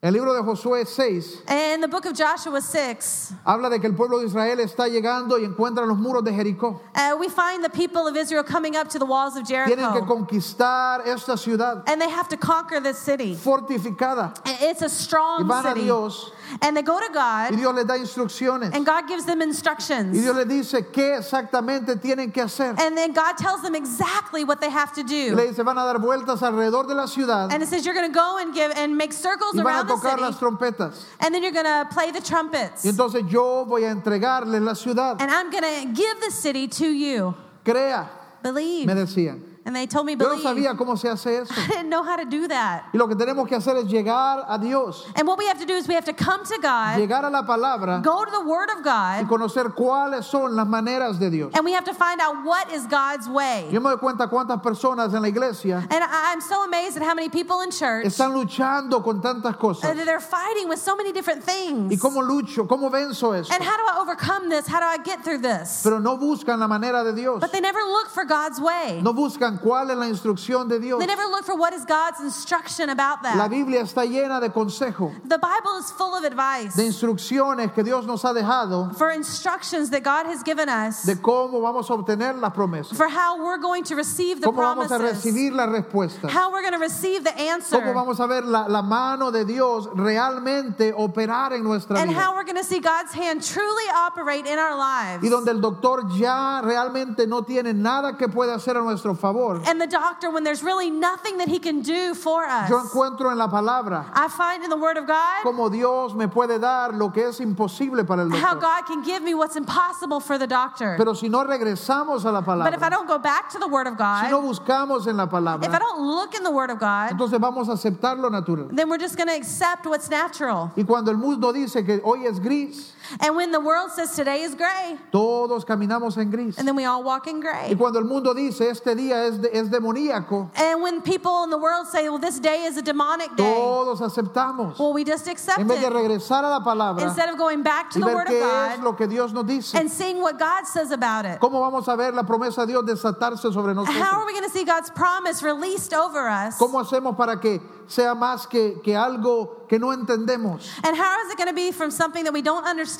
Speaker 1: El libro de Josué 6
Speaker 2: And the book of Joshua 6,
Speaker 1: habla de que el pueblo de Israel está llegando y encuentra los muros de Jericó.
Speaker 2: uh, we find the people of Israel coming up to the walls of
Speaker 1: Tienen que
Speaker 2: Jericho.
Speaker 1: conquistar esta ciudad
Speaker 2: And they have to conquer this city.
Speaker 1: fortificada.
Speaker 2: And It's a
Speaker 1: Y
Speaker 2: strong
Speaker 1: van a
Speaker 2: city.
Speaker 1: Dios
Speaker 2: And they go to
Speaker 1: y
Speaker 2: God,
Speaker 1: Dios les da instrucciones.
Speaker 2: and God gives them
Speaker 1: Y
Speaker 2: instructions.
Speaker 1: Dios les dice qué exactamente tienen que hacer.
Speaker 2: And then God tells them exactly what they have to
Speaker 1: Y le
Speaker 2: do.
Speaker 1: dice, van a dar vueltas alrededor de la ciudad
Speaker 2: And it says you're going to go and give and make circles
Speaker 1: y van a
Speaker 2: around the
Speaker 1: tocar las
Speaker 2: city,
Speaker 1: trompetas.
Speaker 2: and then you're going to play the trumpets.
Speaker 1: Y entonces yo voy a entregarles la ciudad.
Speaker 2: And I'm going to give the city to you.
Speaker 1: Crea,
Speaker 2: Believe.
Speaker 1: me decían.
Speaker 2: And they told me,
Speaker 1: Yo no
Speaker 2: believe.
Speaker 1: sabía cómo se hace eso.
Speaker 2: I didn't know how to do that.
Speaker 1: Y lo que tenemos que hacer es llegar a Dios,
Speaker 2: And what we have to do is we have to come to God,
Speaker 1: llegar a la palabra
Speaker 2: go to the Word of
Speaker 1: y
Speaker 2: God,
Speaker 1: conocer cuáles son las maneras de Dios.
Speaker 2: and we have to find out what is God's way.
Speaker 1: Yo me doy cuenta cuántas personas en la iglesia
Speaker 2: And I, I'm so amazed at how many people in church
Speaker 1: están luchando con tantas
Speaker 2: uh,
Speaker 1: cosas.
Speaker 2: that they're fighting with so many different things.
Speaker 1: ¿Y cómo lucho? ¿Cómo venzo eso?
Speaker 2: And how do I overcome this? How do I get through this?
Speaker 1: Pero no buscan la manera de Dios.
Speaker 2: But they never look for God's way.
Speaker 1: No buscan cuál es la instrucción de Dios.
Speaker 2: They never look for what is God's instruction about
Speaker 1: La
Speaker 2: that.
Speaker 1: Biblia está llena de consejos,
Speaker 2: The Bible is full of
Speaker 1: de
Speaker 2: advice
Speaker 1: instrucciones que Dios nos ha dejado
Speaker 2: for instructions that God has given us
Speaker 1: de cómo vamos a obtener las promesas,
Speaker 2: for how we're going to receive the
Speaker 1: cómo vamos a
Speaker 2: promises,
Speaker 1: recibir las respuestas,
Speaker 2: how we're going to receive the answer,
Speaker 1: cómo vamos a ver la, la mano de Dios realmente operar en nuestra
Speaker 2: and how
Speaker 1: vida.
Speaker 2: we're going to see God's hand truly operate in our lives.
Speaker 1: Y donde el doctor ya realmente no tiene nada que pueda hacer a nuestro favor.
Speaker 2: And the doctor, when there's really nothing that he can do for
Speaker 1: Yo
Speaker 2: us,
Speaker 1: encuentro en la palabra
Speaker 2: I find in the Word of God
Speaker 1: cómo Dios me puede dar lo que es imposible para el
Speaker 2: how
Speaker 1: doctor.
Speaker 2: God can give me what's impossible for the doctor.
Speaker 1: Pero si no regresamos a la
Speaker 2: But if I
Speaker 1: palabra,
Speaker 2: don't go back to the Word of
Speaker 1: si no
Speaker 2: God,
Speaker 1: buscamos en la
Speaker 2: if I
Speaker 1: palabra,
Speaker 2: don't look in the Word of God,
Speaker 1: entonces vamos a aceptar lo natural.
Speaker 2: then we're just going to accept what's natural.
Speaker 1: Y cuando el mundo dice que hoy es gris,
Speaker 2: And when the world says today is gray,
Speaker 1: todos caminamos en gris.
Speaker 2: and then we all walk in
Speaker 1: Y
Speaker 2: gray.
Speaker 1: cuando el mundo dice este día es, de- es demoníaco,
Speaker 2: And when people in the world say, well, this day is a demonic day,
Speaker 1: todos aceptamos.
Speaker 2: well, we just accept
Speaker 1: En vez de
Speaker 2: it.
Speaker 1: regresar a la palabra
Speaker 2: Instead of going back to
Speaker 1: y
Speaker 2: the
Speaker 1: ver
Speaker 2: Word of
Speaker 1: qué es
Speaker 2: God
Speaker 1: lo que Dios nos dice,
Speaker 2: and seeing what God says about it.
Speaker 1: ¿cómo vamos a ver la promesa de Dios desatarse sobre
Speaker 2: How are
Speaker 1: nosotros?
Speaker 2: we going to see God's promise released over us?
Speaker 1: ¿Cómo hacemos para que sea más que, que algo que no entendemos?
Speaker 2: And how is it going to be from something that we don't understand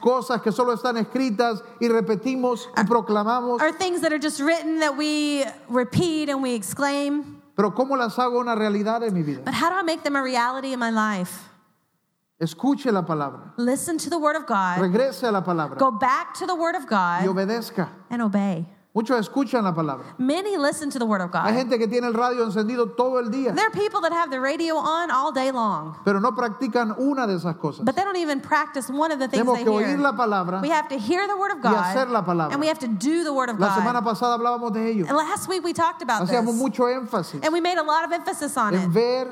Speaker 1: Cosas que solo están escritas y repetimos y proclamamos
Speaker 2: or things that are just written that we repeat and we exclaim?
Speaker 1: Pero ¿cómo las hago una realidad en mi vida?
Speaker 2: But how do I make them a reality in my life?
Speaker 1: Escuche la palabra,
Speaker 2: Listen to the Word of God,
Speaker 1: regrese a la palabra
Speaker 2: go back to the Word of
Speaker 1: y
Speaker 2: God,
Speaker 1: obedezca.
Speaker 2: and obey.
Speaker 1: Muchos escuchan la palabra.
Speaker 2: Many listen to the Word of
Speaker 1: Hay
Speaker 2: God.
Speaker 1: gente que tiene el radio encendido todo el día,
Speaker 2: There are people that have the radio on all day long,
Speaker 1: pero no practican una de esas cosas.
Speaker 2: but they don't even practice one of the things
Speaker 1: Tenemos
Speaker 2: they
Speaker 1: que oír la
Speaker 2: hear.
Speaker 1: palabra.
Speaker 2: We have to hear the Word of
Speaker 1: hacer la palabra.
Speaker 2: God, and we have to do the Word of
Speaker 1: La semana
Speaker 2: God.
Speaker 1: pasada hablábamos de ello.
Speaker 2: And last week we talked about
Speaker 1: Hacíamos
Speaker 2: this.
Speaker 1: mucho énfasis
Speaker 2: And we made a lot of emphasis on
Speaker 1: en
Speaker 2: it.
Speaker 1: ver,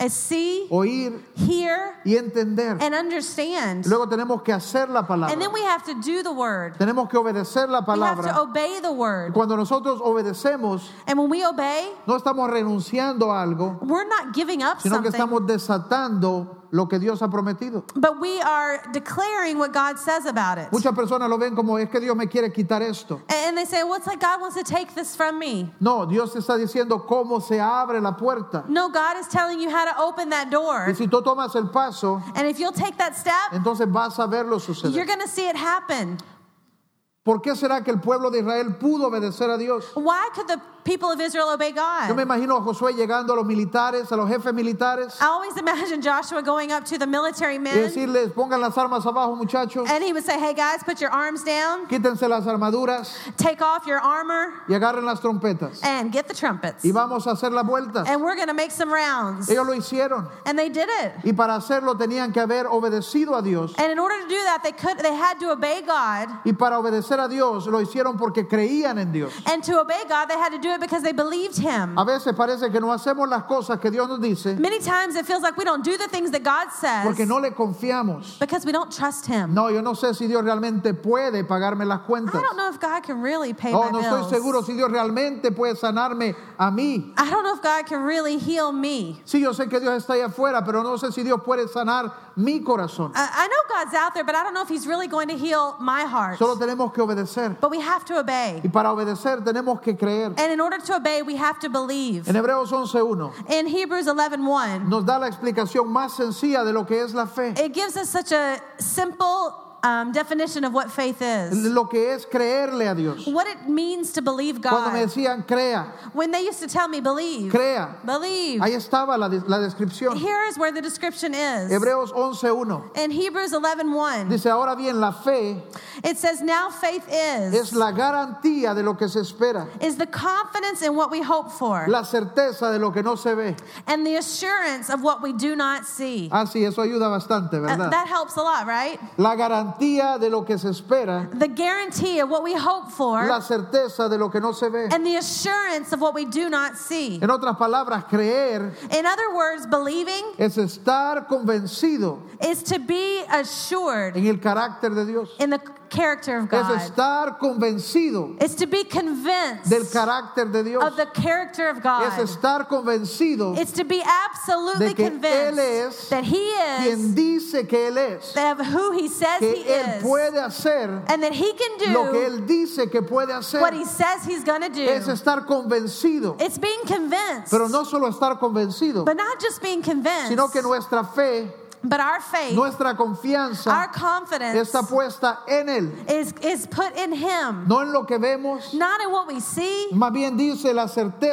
Speaker 2: As see,
Speaker 1: oír
Speaker 2: hear,
Speaker 1: y entender.
Speaker 2: and understand.
Speaker 1: Luego tenemos que hacer la
Speaker 2: And
Speaker 1: palabra.
Speaker 2: then we have to do the word.
Speaker 1: Tenemos que obedecer la
Speaker 2: We have to
Speaker 1: palabra.
Speaker 2: obey the
Speaker 1: Y
Speaker 2: word.
Speaker 1: Cuando nosotros obedecemos,
Speaker 2: And when we obey,
Speaker 1: no estamos renunciando a algo,
Speaker 2: we're not giving up
Speaker 1: sino que
Speaker 2: something,
Speaker 1: estamos desatando lo que Dios ha prometido.
Speaker 2: but we are declaring what God says about it.
Speaker 1: Muchas personas lo ven como es que Dios me quiere quitar esto.
Speaker 2: And they say, well, it's like God wants to take this from me.
Speaker 1: No, Dios está diciendo cómo se abre la puerta.
Speaker 2: No, God is telling you how to open that
Speaker 1: Y
Speaker 2: door.
Speaker 1: si tú tomas el paso,
Speaker 2: And if you'll take that step,
Speaker 1: entonces vas a verlo
Speaker 2: you're
Speaker 1: suceder.
Speaker 2: going to see it happen.
Speaker 1: ¿Por qué será que el pueblo de Israel pudo obedecer a Dios?
Speaker 2: Why could the people of Israel obey
Speaker 1: Yo me
Speaker 2: God?
Speaker 1: imagino a Josué llegando a los militares, a los jefes militares,
Speaker 2: I always imagine Joshua going up to the military
Speaker 1: y
Speaker 2: men
Speaker 1: decirles, pongan las armas abajo muchachos,
Speaker 2: And he would say, Hey guys, put your arms down,
Speaker 1: quítense las armaduras
Speaker 2: take off your armor,
Speaker 1: y agarren las trompetas.
Speaker 2: and get the trumpets.
Speaker 1: Y vamos a hacer las vueltas.
Speaker 2: And we're going to make some rounds.
Speaker 1: Ellos lo hicieron.
Speaker 2: And they did it.
Speaker 1: Y para hacerlo tenían que haber obedecido a Dios.
Speaker 2: And in order to do that, they could they had to obey God.
Speaker 1: Y para obedecer a Dios lo hicieron porque creían en Dios.
Speaker 2: And to obey God, they had to do it because they believed him.
Speaker 1: A veces parece que no hacemos las cosas que Dios nos dice
Speaker 2: Many times it feels like we don't do the things that God
Speaker 1: porque
Speaker 2: says
Speaker 1: no le confiamos.
Speaker 2: because we don't trust him.
Speaker 1: No, yo no sé si Dios realmente puede pagarme las
Speaker 2: I
Speaker 1: cuentas.
Speaker 2: don't know if God can really pay
Speaker 1: No,
Speaker 2: my
Speaker 1: no estoy seguro
Speaker 2: bills.
Speaker 1: si Dios realmente puede sanarme a mí.
Speaker 2: I don't know if God can really heal me.
Speaker 1: Sí, yo sé que Dios está ahí afuera, pero no sé si Dios puede sanar mi corazón.
Speaker 2: I, I know God's out there, but I don't know if he's really going to heal my heart.
Speaker 1: Solo tenemos que obedecer.
Speaker 2: But we have to obey.
Speaker 1: Y para obedecer tenemos que creer.
Speaker 2: And in order to obey, we have to believe.
Speaker 1: En Hebreos 11.1
Speaker 2: In Hebrews 11:1,
Speaker 1: nos da la explicación más sencilla de lo que es la fe.
Speaker 2: it gives us such a simple um, definition of what faith is.
Speaker 1: Lo que es creerle a Dios.
Speaker 2: What it means to believe
Speaker 1: Cuando me
Speaker 2: God.
Speaker 1: decían crea,
Speaker 2: When they used to tell me believe,
Speaker 1: crea.
Speaker 2: believe.
Speaker 1: Ahí estaba la, de- la descripción.
Speaker 2: Here is where the description is.
Speaker 1: Hebreos 11.1
Speaker 2: In Hebrews 11:1,
Speaker 1: dice, ahora bien, la fe
Speaker 2: it says now faith
Speaker 1: es
Speaker 2: is
Speaker 1: la garantía de lo que se espera,
Speaker 2: is the confidence in what we hope for
Speaker 1: la certeza de lo que no se ve.
Speaker 2: and the assurance of what we do not see.
Speaker 1: Ah, sí, eso ayuda bastante,
Speaker 2: Uh,
Speaker 1: ¿verdad?
Speaker 2: that helps a lot, right?
Speaker 1: La garantía de lo que se espera,
Speaker 2: the guarantee of what we hope
Speaker 1: la
Speaker 2: for,
Speaker 1: certeza de lo que no se ve.
Speaker 2: and the assurance of what we do not see.
Speaker 1: En otras palabras, creer
Speaker 2: In other words, believing
Speaker 1: es estar convencido
Speaker 2: is to be assured
Speaker 1: en el carácter de Dios.
Speaker 2: in the character of
Speaker 1: Es
Speaker 2: God,
Speaker 1: estar convencido
Speaker 2: it's to be convinced
Speaker 1: del carácter de Dios.
Speaker 2: of the character of
Speaker 1: Es
Speaker 2: God.
Speaker 1: estar convencido
Speaker 2: It's to be absolutely
Speaker 1: de que Él
Speaker 2: convinced
Speaker 1: es
Speaker 2: that He
Speaker 1: quien
Speaker 2: is,
Speaker 1: dice que Él es,
Speaker 2: that of who He says He
Speaker 1: que Él
Speaker 2: is,
Speaker 1: puede hacer
Speaker 2: and that He can
Speaker 1: lo que
Speaker 2: do
Speaker 1: Él dice que puede hacer.
Speaker 2: what He says He's going to
Speaker 1: Es
Speaker 2: do.
Speaker 1: estar convencido,
Speaker 2: It's being convinced,
Speaker 1: pero no solo estar convencido,
Speaker 2: but not just being convinced,
Speaker 1: sino que nuestra fe,
Speaker 2: but our faith,
Speaker 1: nuestra
Speaker 2: our
Speaker 1: confianza
Speaker 2: confidence
Speaker 1: está puesta en Él,
Speaker 2: is, is put in Him,
Speaker 1: no en lo que vemos,
Speaker 2: not in what we see,
Speaker 1: más bien dice la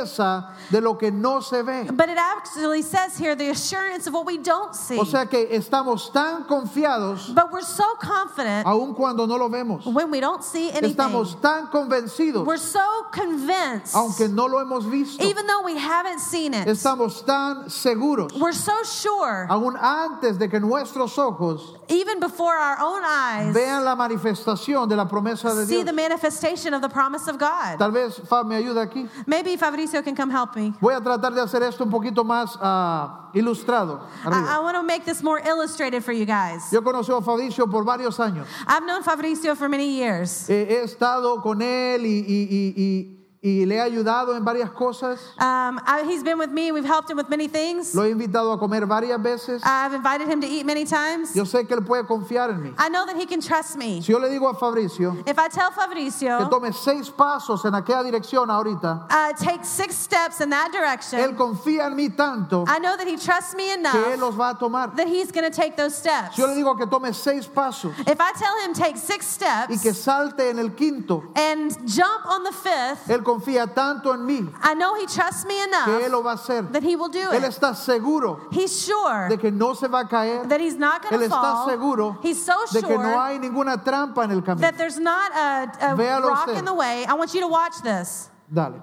Speaker 1: certeza de lo que no se ve.
Speaker 2: but it actually says here the assurance of what we don't see.
Speaker 1: O sea que estamos tan confiados
Speaker 2: But we're so confident
Speaker 1: aun cuando no lo vemos.
Speaker 2: when we don't see anything.
Speaker 1: Estamos tan convencidos
Speaker 2: We're so convinced,
Speaker 1: aunque no lo hemos visto.
Speaker 2: even though we haven't seen it.
Speaker 1: Estamos tan seguros
Speaker 2: We're so sure,
Speaker 1: aún antes de que nuestros ojos
Speaker 2: even before our own eyes,
Speaker 1: vean la manifestación de la promesa de
Speaker 2: see the
Speaker 1: Dios.
Speaker 2: manifestation of the promise of God.
Speaker 1: Tal vez Fab me ayuda aquí.
Speaker 2: Maybe Fabricio can come help me.
Speaker 1: Voy a tratar de hacer esto un poquito más ah, ilustrado. arriba.
Speaker 2: I, I want to make this more illustrated for you guys.
Speaker 1: Yo conocí a Fabricio por varios años.
Speaker 2: I've known Fabricio for many years.
Speaker 1: Eh, he estado con él y, y- y- y- y le he ayudado en varias cosas.
Speaker 2: Um, I- he's been with me, we've helped him with many things.
Speaker 1: Lo he invitado a comer varias veces.
Speaker 2: I've invited him to eat many times.
Speaker 1: Yo sé que él puede confiar en mí.
Speaker 2: I know that he can trust me.
Speaker 1: Si yo le digo a Fabricio
Speaker 2: If I tell
Speaker 1: que
Speaker 2: Fabricio,
Speaker 1: tome seis pasos en aquella dirección ahorita,
Speaker 2: uh, take six steps in that
Speaker 1: él
Speaker 2: direction,
Speaker 1: confía en mí tanto
Speaker 2: I know that he trusts me
Speaker 1: que él
Speaker 2: enough
Speaker 1: los va a tomar.
Speaker 2: that he's going to take those steps.
Speaker 1: Si yo le digo que tome seis pasos
Speaker 2: If I tell him take six
Speaker 1: y que
Speaker 2: steps
Speaker 1: salte en el quinto,
Speaker 2: and jump on the fifth,
Speaker 1: él confía tanto en mí
Speaker 2: I know he trusts me
Speaker 1: que él
Speaker 2: enough
Speaker 1: lo va a hacer.
Speaker 2: that he will do
Speaker 1: Él
Speaker 2: it.
Speaker 1: está seguro
Speaker 2: He's sure
Speaker 1: de que no se va a caer,
Speaker 2: that he's not going
Speaker 1: Él
Speaker 2: to
Speaker 1: está
Speaker 2: fall.
Speaker 1: seguro
Speaker 2: He's so
Speaker 1: de que no
Speaker 2: sure
Speaker 1: hay ninguna trampa en el camino.
Speaker 2: that there's not a, a
Speaker 1: Véalo
Speaker 2: rock
Speaker 1: usted.
Speaker 2: in the way. I want you to watch this.
Speaker 1: Dale.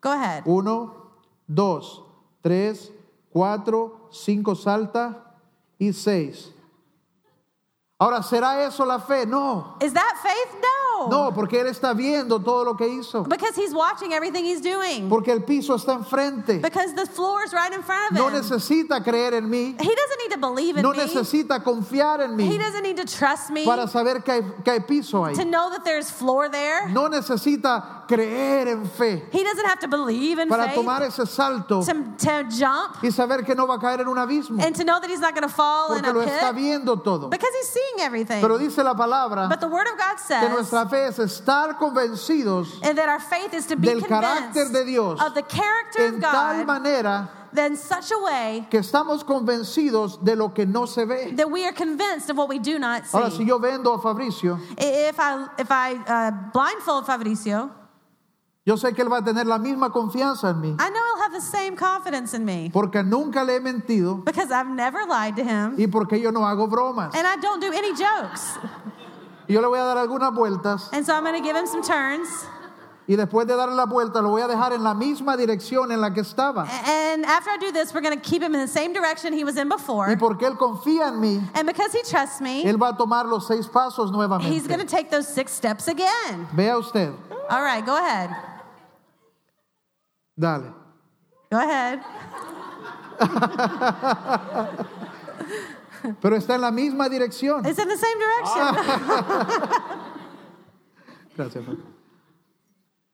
Speaker 2: Go ahead.
Speaker 1: Uno, dos, tres, cuatro, cinco, salta y seis. Ahora, ¿será eso la fe? No,
Speaker 2: Is that faith? No.
Speaker 1: no, porque él está viendo todo lo que hizo.
Speaker 2: Because he's watching everything he's doing.
Speaker 1: Porque el piso está enfrente.
Speaker 2: Because the floor is right in front
Speaker 1: No
Speaker 2: of him.
Speaker 1: necesita creer en mí.
Speaker 2: He doesn't need to believe in
Speaker 1: No
Speaker 2: me.
Speaker 1: necesita confiar en
Speaker 2: He
Speaker 1: mí
Speaker 2: doesn't need to trust me
Speaker 1: para saber que hay, que hay piso ahí.
Speaker 2: to know that there's floor there.
Speaker 1: No necesita creer en fe
Speaker 2: He doesn't have to believe in
Speaker 1: para
Speaker 2: faith
Speaker 1: tomar ese salto
Speaker 2: to, to jump
Speaker 1: y saber que no va a caer en un abismo
Speaker 2: and to know that he's not going to fall in
Speaker 1: porque
Speaker 2: a
Speaker 1: lo
Speaker 2: pit
Speaker 1: está viendo todo.
Speaker 2: because he's seeing everything.
Speaker 1: Pero dice la palabra
Speaker 2: but the word of God
Speaker 1: que
Speaker 2: says
Speaker 1: nuestra fe es estar convencidos
Speaker 2: and that our faith is to be
Speaker 1: del
Speaker 2: convinced
Speaker 1: carácter de Dios
Speaker 2: of the character
Speaker 1: en
Speaker 2: of
Speaker 1: tal
Speaker 2: God
Speaker 1: manera
Speaker 2: that in such a way
Speaker 1: que estamos convencidos de lo que no se ve.
Speaker 2: that we are convinced of what we do not see.
Speaker 1: Ahora, si yo vendo a Fabricio,
Speaker 2: I- if I, if I uh, blindfold Fabricio,
Speaker 1: yo sé que él va a tener la misma confianza en mí
Speaker 2: I know he'll have the same confidence in me
Speaker 1: porque nunca le he mentido
Speaker 2: because I've never lied to him
Speaker 1: y porque yo no hago bromas.
Speaker 2: and I don't do any jokes.
Speaker 1: Y Yo le voy a dar algunas vueltas
Speaker 2: And so I'm going to give him some turns.
Speaker 1: y después de darle la vuelta lo voy a dejar en la misma dirección en la que estaba.
Speaker 2: And after I do this, we're going to keep him in the same direction he was in
Speaker 1: Y
Speaker 2: before.
Speaker 1: porque él confía en mí,
Speaker 2: And because he trusts me,
Speaker 1: él va a tomar los seis pasos
Speaker 2: he's going to
Speaker 1: nuevamente.
Speaker 2: take those six steps again.
Speaker 1: Vea usted,
Speaker 2: All right, go ahead.
Speaker 1: dale.
Speaker 2: Go ahead.
Speaker 1: Pero está en la misma dirección.
Speaker 2: It's in the same direction.
Speaker 1: Gracias. Paco.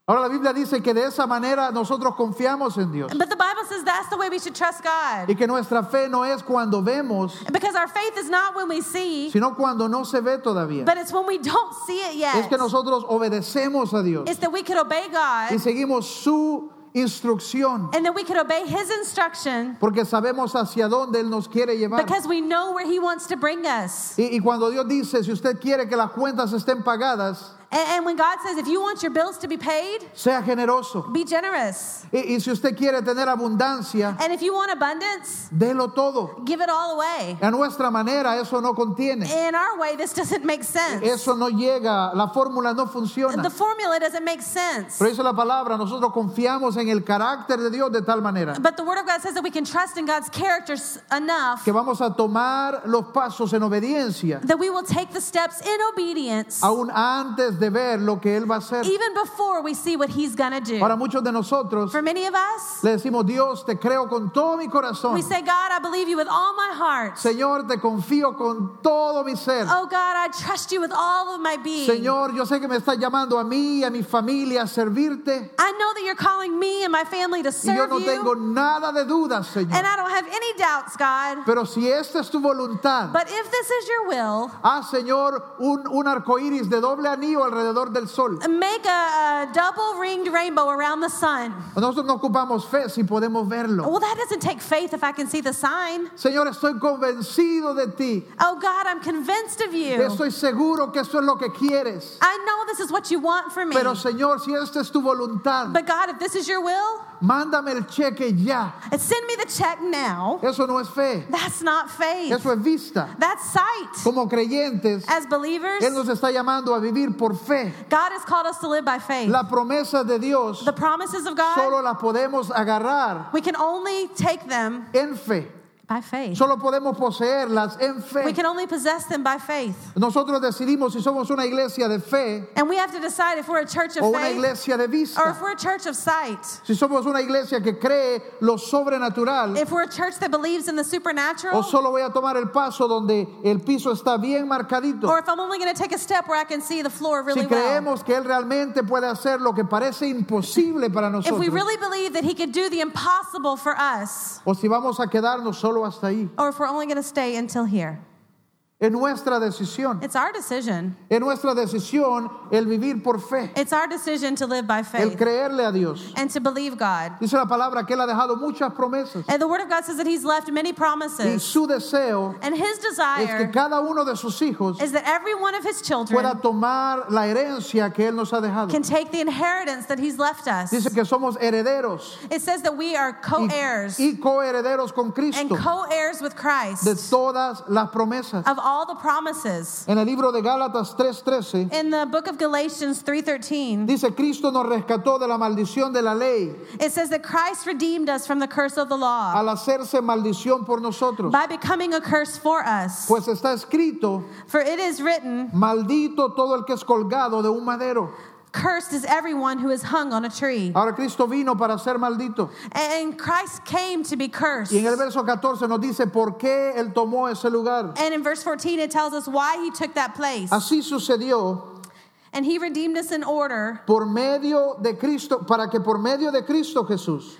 Speaker 1: Ahora la Biblia dice que de esa manera nosotros confiamos en Dios
Speaker 2: But the Bible says that's the way we should trust God.
Speaker 1: y que nuestra fe no es cuando vemos,
Speaker 2: Because our faith is not when we see,
Speaker 1: sino cuando no se ve todavía.
Speaker 2: but it's when we don't see it
Speaker 1: Es
Speaker 2: yet.
Speaker 1: que nosotros obedecemos a Dios
Speaker 2: It's that we could obey
Speaker 1: y
Speaker 2: God
Speaker 1: seguimos su instrucción
Speaker 2: and that we could obey His instruction
Speaker 1: porque sabemos hacia dónde Él nos quiere llevar.
Speaker 2: because we know where He wants to bring us.
Speaker 1: Y, y cuando Dios dice, si usted quiere que las cuentas estén pagadas,
Speaker 2: And, and when God says, if you want your bills to be paid,
Speaker 1: sea generoso.
Speaker 2: be generous.
Speaker 1: Y, y si usted quiere tener abundancia,
Speaker 2: And if you want abundance,
Speaker 1: délo todo.
Speaker 2: give it all away.
Speaker 1: A nuestra manera eso no contiene.
Speaker 2: In our way, this doesn't make sense.
Speaker 1: Eso no llega, la fórmula no funciona.
Speaker 2: The formula doesn't make sense.
Speaker 1: Pero dice la palabra, nosotros confiamos en el carácter de Dios de tal manera
Speaker 2: But the Word of God says that we can trust in God's character s- enough
Speaker 1: que vamos a tomar los pasos en obediencia
Speaker 2: that we will take the steps in obedience
Speaker 1: aún antes de ver lo que Él va a hacer.
Speaker 2: even before we see what He's going to do.
Speaker 1: Para muchos de nosotros
Speaker 2: For many of us,
Speaker 1: le decimos, Dios, te creo con todo mi corazón.
Speaker 2: we say, God, I believe you with all my heart.
Speaker 1: Señor, te confío con todo mi ser.
Speaker 2: Oh God, I trust you with all of my being.
Speaker 1: Señor, yo sé que me estás llamando a mí y a mi familia a servirte.
Speaker 2: I know that you're calling me and my family to
Speaker 1: Y yo
Speaker 2: serve
Speaker 1: no tengo
Speaker 2: you.
Speaker 1: nada de dudas, Señor.
Speaker 2: And I don't have any doubts, God.
Speaker 1: Pero si esta es tu voluntad,
Speaker 2: But if this is your will,
Speaker 1: haz, Ah, Señor, un, un arco iris de doble anillo alrededor del sol.
Speaker 2: make a, a double ringed rainbow around the sun.
Speaker 1: Nosotros no ocupamos fe si podemos verlo.
Speaker 2: Well, that doesn't take faith if I can see the sign.
Speaker 1: Señor, estoy convencido de ti.
Speaker 2: Oh God, I'm convinced of you.
Speaker 1: Estoy seguro que eso es lo que quieres.
Speaker 2: I know this is what you want for me.
Speaker 1: Pero, Señor, si esta es tu voluntad,
Speaker 2: But God, if this is your will,
Speaker 1: mándame el cheque ya.
Speaker 2: send me the check now.
Speaker 1: Eso no es fe,
Speaker 2: That's not faith.
Speaker 1: eso es vista.
Speaker 2: That's sight.
Speaker 1: Como creyentes,
Speaker 2: As believers,
Speaker 1: Él nos está llamando a vivir por fe.
Speaker 2: God has called us to live by faith.
Speaker 1: Las promesas de Dios
Speaker 2: The promises of God,
Speaker 1: solo las podemos agarrar
Speaker 2: we can only take them
Speaker 1: en fe.
Speaker 2: by faith.
Speaker 1: Solo podemos poseerlas en
Speaker 2: We
Speaker 1: fe.
Speaker 2: can only possess them by faith.
Speaker 1: Nosotros decidimos si somos una iglesia de fe
Speaker 2: And we have to decide if we're a church
Speaker 1: o
Speaker 2: of
Speaker 1: una
Speaker 2: faith
Speaker 1: iglesia de
Speaker 2: or if
Speaker 1: vista.
Speaker 2: we're a church of sight.
Speaker 1: Si somos una iglesia que cree lo sobrenatural
Speaker 2: If we're a church that believes in the supernatural
Speaker 1: o solo voy a tomar el paso donde el piso está bien marcadito.
Speaker 2: or if I'm only going to take a step where I can see the floor really
Speaker 1: Si
Speaker 2: well.
Speaker 1: creemos que Él realmente puede hacer lo que parece imposible para
Speaker 2: If we
Speaker 1: nosotros
Speaker 2: really believe that he could do the impossible for us
Speaker 1: o si vamos a quedarnos solo hasta ahí.
Speaker 2: or if we're only going to stay until here.
Speaker 1: Es nuestra decisión.
Speaker 2: It's our decision.
Speaker 1: Es nuestra decisión el vivir por fe,
Speaker 2: It's our decision to live by
Speaker 1: el
Speaker 2: faith
Speaker 1: creerle a Dios.
Speaker 2: and to believe God.
Speaker 1: Dice la palabra que Él ha dejado muchas promesas
Speaker 2: And the word of God says that he's left many
Speaker 1: y
Speaker 2: promises.
Speaker 1: su deseo
Speaker 2: And
Speaker 1: es
Speaker 2: his
Speaker 1: que
Speaker 2: desire
Speaker 1: cada uno de sus hijos
Speaker 2: is that every one of his children
Speaker 1: pueda tomar la herencia que Él nos ha dejado.
Speaker 2: can take the inheritance that he's left us.
Speaker 1: Dice que somos herederos
Speaker 2: It says that we are co
Speaker 1: y,
Speaker 2: heirs
Speaker 1: y coherederos con
Speaker 2: and
Speaker 1: Cristo
Speaker 2: co heirs with
Speaker 1: de
Speaker 2: Christ
Speaker 1: todas las promesas.
Speaker 2: of all the promises.
Speaker 1: En el libro de Gálatas 3:13
Speaker 2: In the book of Galatians 3:13,
Speaker 1: dice, Cristo nos rescató de la maldición de la ley
Speaker 2: it says that Christ redeemed us from the curse of the law
Speaker 1: al hacerse maldición por nosotros.
Speaker 2: by becoming a curse for us.
Speaker 1: Pues está escrito,
Speaker 2: For it is written,
Speaker 1: maldito todo el que es colgado de un madero.
Speaker 2: cursed is everyone who is hung on a tree.
Speaker 1: Ahora Cristo vino para ser maldito.
Speaker 2: And Christ came to be cursed.
Speaker 1: Y en el verso 14 nos dice por qué él tomó ese lugar.
Speaker 2: And in verse 14 it tells us why he took that place.
Speaker 1: Así sucedió
Speaker 2: And he redeemed us in order.
Speaker 1: por medio de Cristo, para que por medio de Cristo Jesús.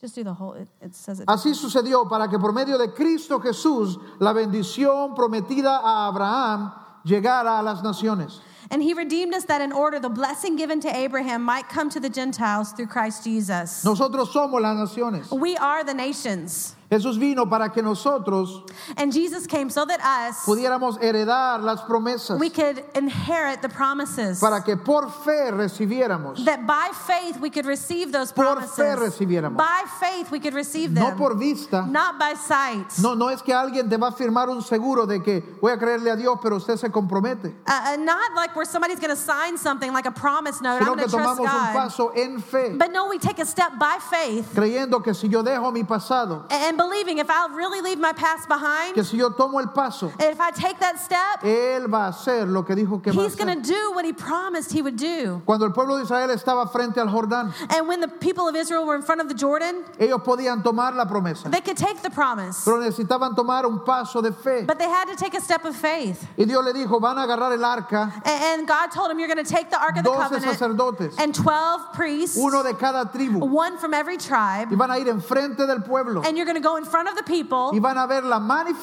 Speaker 2: Just do the whole it, it says it.
Speaker 1: Así sucedió para que por medio de Cristo Jesús la bendición prometida a Abraham llegara a las naciones.
Speaker 2: And he redeemed us that in order the blessing given to Abraham might come to the Gentiles through Christ Jesus.
Speaker 1: Nosotros somos las naciones.
Speaker 2: We are the nations.
Speaker 1: Jesús vino para que nosotros
Speaker 2: And Jesus came so that us,
Speaker 1: pudiéramos heredar las promesas,
Speaker 2: we could inherit the promises.
Speaker 1: para que por fe recibiéramos,
Speaker 2: That by faith we could receive those
Speaker 1: Por fe
Speaker 2: promises.
Speaker 1: recibiéramos.
Speaker 2: By faith we could receive
Speaker 1: no
Speaker 2: them.
Speaker 1: por vista,
Speaker 2: Not by sight.
Speaker 1: No, no es que alguien te va a firmar un seguro de que voy a creerle a Dios, pero usted se compromete.
Speaker 2: Uh, uh, not like where somebody's going to sign something like a promise note.
Speaker 1: Sino
Speaker 2: I'm
Speaker 1: que
Speaker 2: going to trust
Speaker 1: tomamos un
Speaker 2: God.
Speaker 1: paso en fe,
Speaker 2: But no, we take a step by faith
Speaker 1: creyendo que si yo dejo mi pasado,
Speaker 2: and and believing if I'll really leave my past behind,
Speaker 1: que si yo tomo el paso,
Speaker 2: and if I take that step,
Speaker 1: Él va a hacer lo que dijo que va a
Speaker 2: He's
Speaker 1: hacer.
Speaker 2: going to do what He promised He would do.
Speaker 1: Cuando el pueblo de Israel estaba frente al Jordán,
Speaker 2: And when the people of Israel were in front of the Jordan,
Speaker 1: ellos podían tomar la promesa,
Speaker 2: they could take the promise,
Speaker 1: pero necesitaban tomar un paso de fe.
Speaker 2: but they had to take a step of faith.
Speaker 1: Y Dios le dijo, van a agarrar el arca,
Speaker 2: A- And God told him, You're going to take the Ark of the
Speaker 1: doce
Speaker 2: Covenant
Speaker 1: sacerdotes,
Speaker 2: and 12 priests,
Speaker 1: uno de cada tribu,
Speaker 2: one from every
Speaker 1: y
Speaker 2: tribe,
Speaker 1: van a ir enfrente del pueblo
Speaker 2: and you're going to go in front of the
Speaker 1: y
Speaker 2: people,
Speaker 1: van a ver la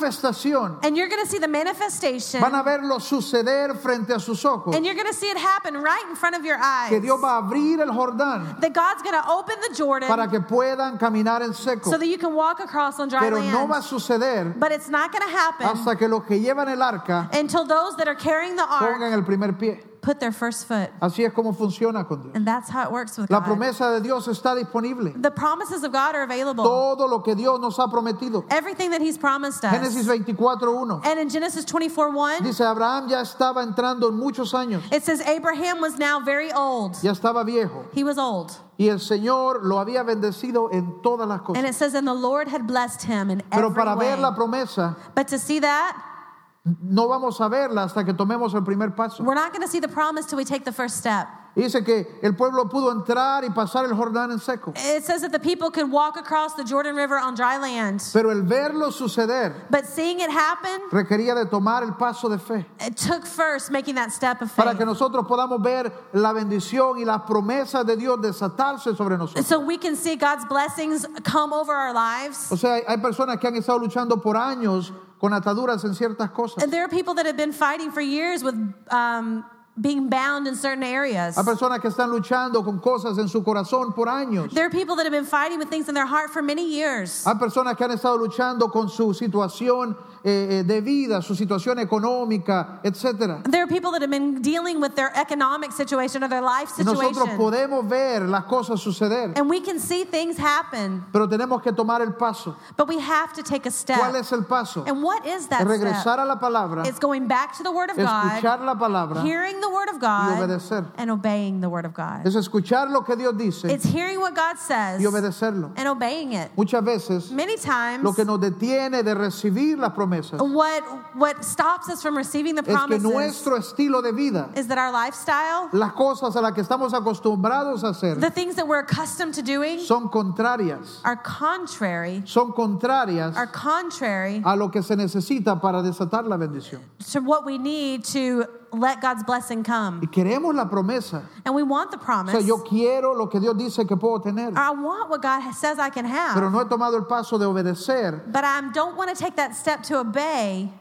Speaker 1: manifestación
Speaker 2: and you're going to see the manifestation,
Speaker 1: Van a verlo suceder frente a sus ojos.
Speaker 2: and you're going to see it happen right in front of your eyes.
Speaker 1: Que Dios va a abrir el Jordán
Speaker 2: That God's going to open the Jordan
Speaker 1: para que puedan caminar en seco.
Speaker 2: so that you can walk across on dry
Speaker 1: Pero
Speaker 2: land.
Speaker 1: no va a suceder
Speaker 2: but it's not going to happen
Speaker 1: hasta que los que llevan el arca
Speaker 2: until those that are carrying the ark
Speaker 1: pongan el primer pie.
Speaker 2: put their first foot.
Speaker 1: Así es como funciona con Dios.
Speaker 2: And that's how it works with
Speaker 1: La
Speaker 2: God.
Speaker 1: promesa de Dios está disponible.
Speaker 2: The promises of God are available.
Speaker 1: Todo lo que Dios nos ha prometido.
Speaker 2: Everything that He's promised
Speaker 1: Génesis
Speaker 2: us.
Speaker 1: 24:1
Speaker 2: And in Genesis 24 1,
Speaker 1: dice Abraham ya estaba entrando en muchos años,
Speaker 2: it says Abraham was now very old.
Speaker 1: ya estaba viejo
Speaker 2: He was old.
Speaker 1: y el Señor lo había bendecido en todas las
Speaker 2: And
Speaker 1: cosas.
Speaker 2: it says, and the Lord had blessed him in every
Speaker 1: Pero para ver la
Speaker 2: way.
Speaker 1: promesa
Speaker 2: But to see that,
Speaker 1: no vamos a verla hasta que tomemos el primer paso.
Speaker 2: we're not going to see the promise till we take the first step.
Speaker 1: Dice que el pueblo pudo entrar y pasar el Jordán en seco.
Speaker 2: It says that the people could walk across the Jordan River on dry land.
Speaker 1: Pero el verlo suceder
Speaker 2: But seeing it happen,
Speaker 1: requería de tomar el paso de fe.
Speaker 2: it took first making that step of
Speaker 1: Para
Speaker 2: faith.
Speaker 1: que nosotros podamos ver la bendición y las promesas de Dios desatarse sobre nosotros.
Speaker 2: So we can see God's blessings come over our lives.
Speaker 1: O sea, hay- hay personas que han estado luchando por años con ataduras en ciertas cosas.
Speaker 2: And there are people that have been fighting for years with um, being bound in certain areas.
Speaker 1: Hay personas que están luchando con cosas en su corazón por años.
Speaker 2: There are people that have been fighting with things in their heart for many years.
Speaker 1: Hay personas que han estado luchando con su situación eh, eh, de vida, su situación económica, etcétera.
Speaker 2: There are people that have been dealing with their economic situation or their life
Speaker 1: Y Nosotros
Speaker 2: situation.
Speaker 1: podemos ver las cosas suceder,
Speaker 2: And we can see things happen,
Speaker 1: pero tenemos que tomar el paso.
Speaker 2: but we have to take a
Speaker 1: ¿Cuál
Speaker 2: step.
Speaker 1: es el paso?
Speaker 2: And what is that step?
Speaker 1: Regresar a la palabra,
Speaker 2: It's going back to the Word of God,
Speaker 1: escuchar la palabra,
Speaker 2: hearing the Word of God,
Speaker 1: obedecer.
Speaker 2: and obeying the Word of God.
Speaker 1: es escuchar lo que Dios dice
Speaker 2: It's hearing what God says
Speaker 1: y obedecerlo.
Speaker 2: and obeying it.
Speaker 1: Muchas veces
Speaker 2: Many times,
Speaker 1: lo que nos detiene de recibir las promesas
Speaker 2: what what stops us from receiving the
Speaker 1: es que
Speaker 2: promises
Speaker 1: nuestro estilo de vida,
Speaker 2: is that our lifestyle,
Speaker 1: las cosas a las que estamos acostumbrados a hacer,
Speaker 2: the things that we're accustomed to doing,
Speaker 1: son contrarias,
Speaker 2: are contrary,
Speaker 1: son contrarias
Speaker 2: are contrary
Speaker 1: a lo que se necesita para desatar la bendición.
Speaker 2: to what we need to let God's blessing
Speaker 1: Y
Speaker 2: come.
Speaker 1: queremos la promesa.
Speaker 2: And we want the
Speaker 1: O
Speaker 2: promise.
Speaker 1: sea, yo quiero lo que Dios dice que puedo tener,
Speaker 2: I want what God has- says I can have.
Speaker 1: pero no he tomado el paso de obedecer
Speaker 2: but I don't want to take that step to obey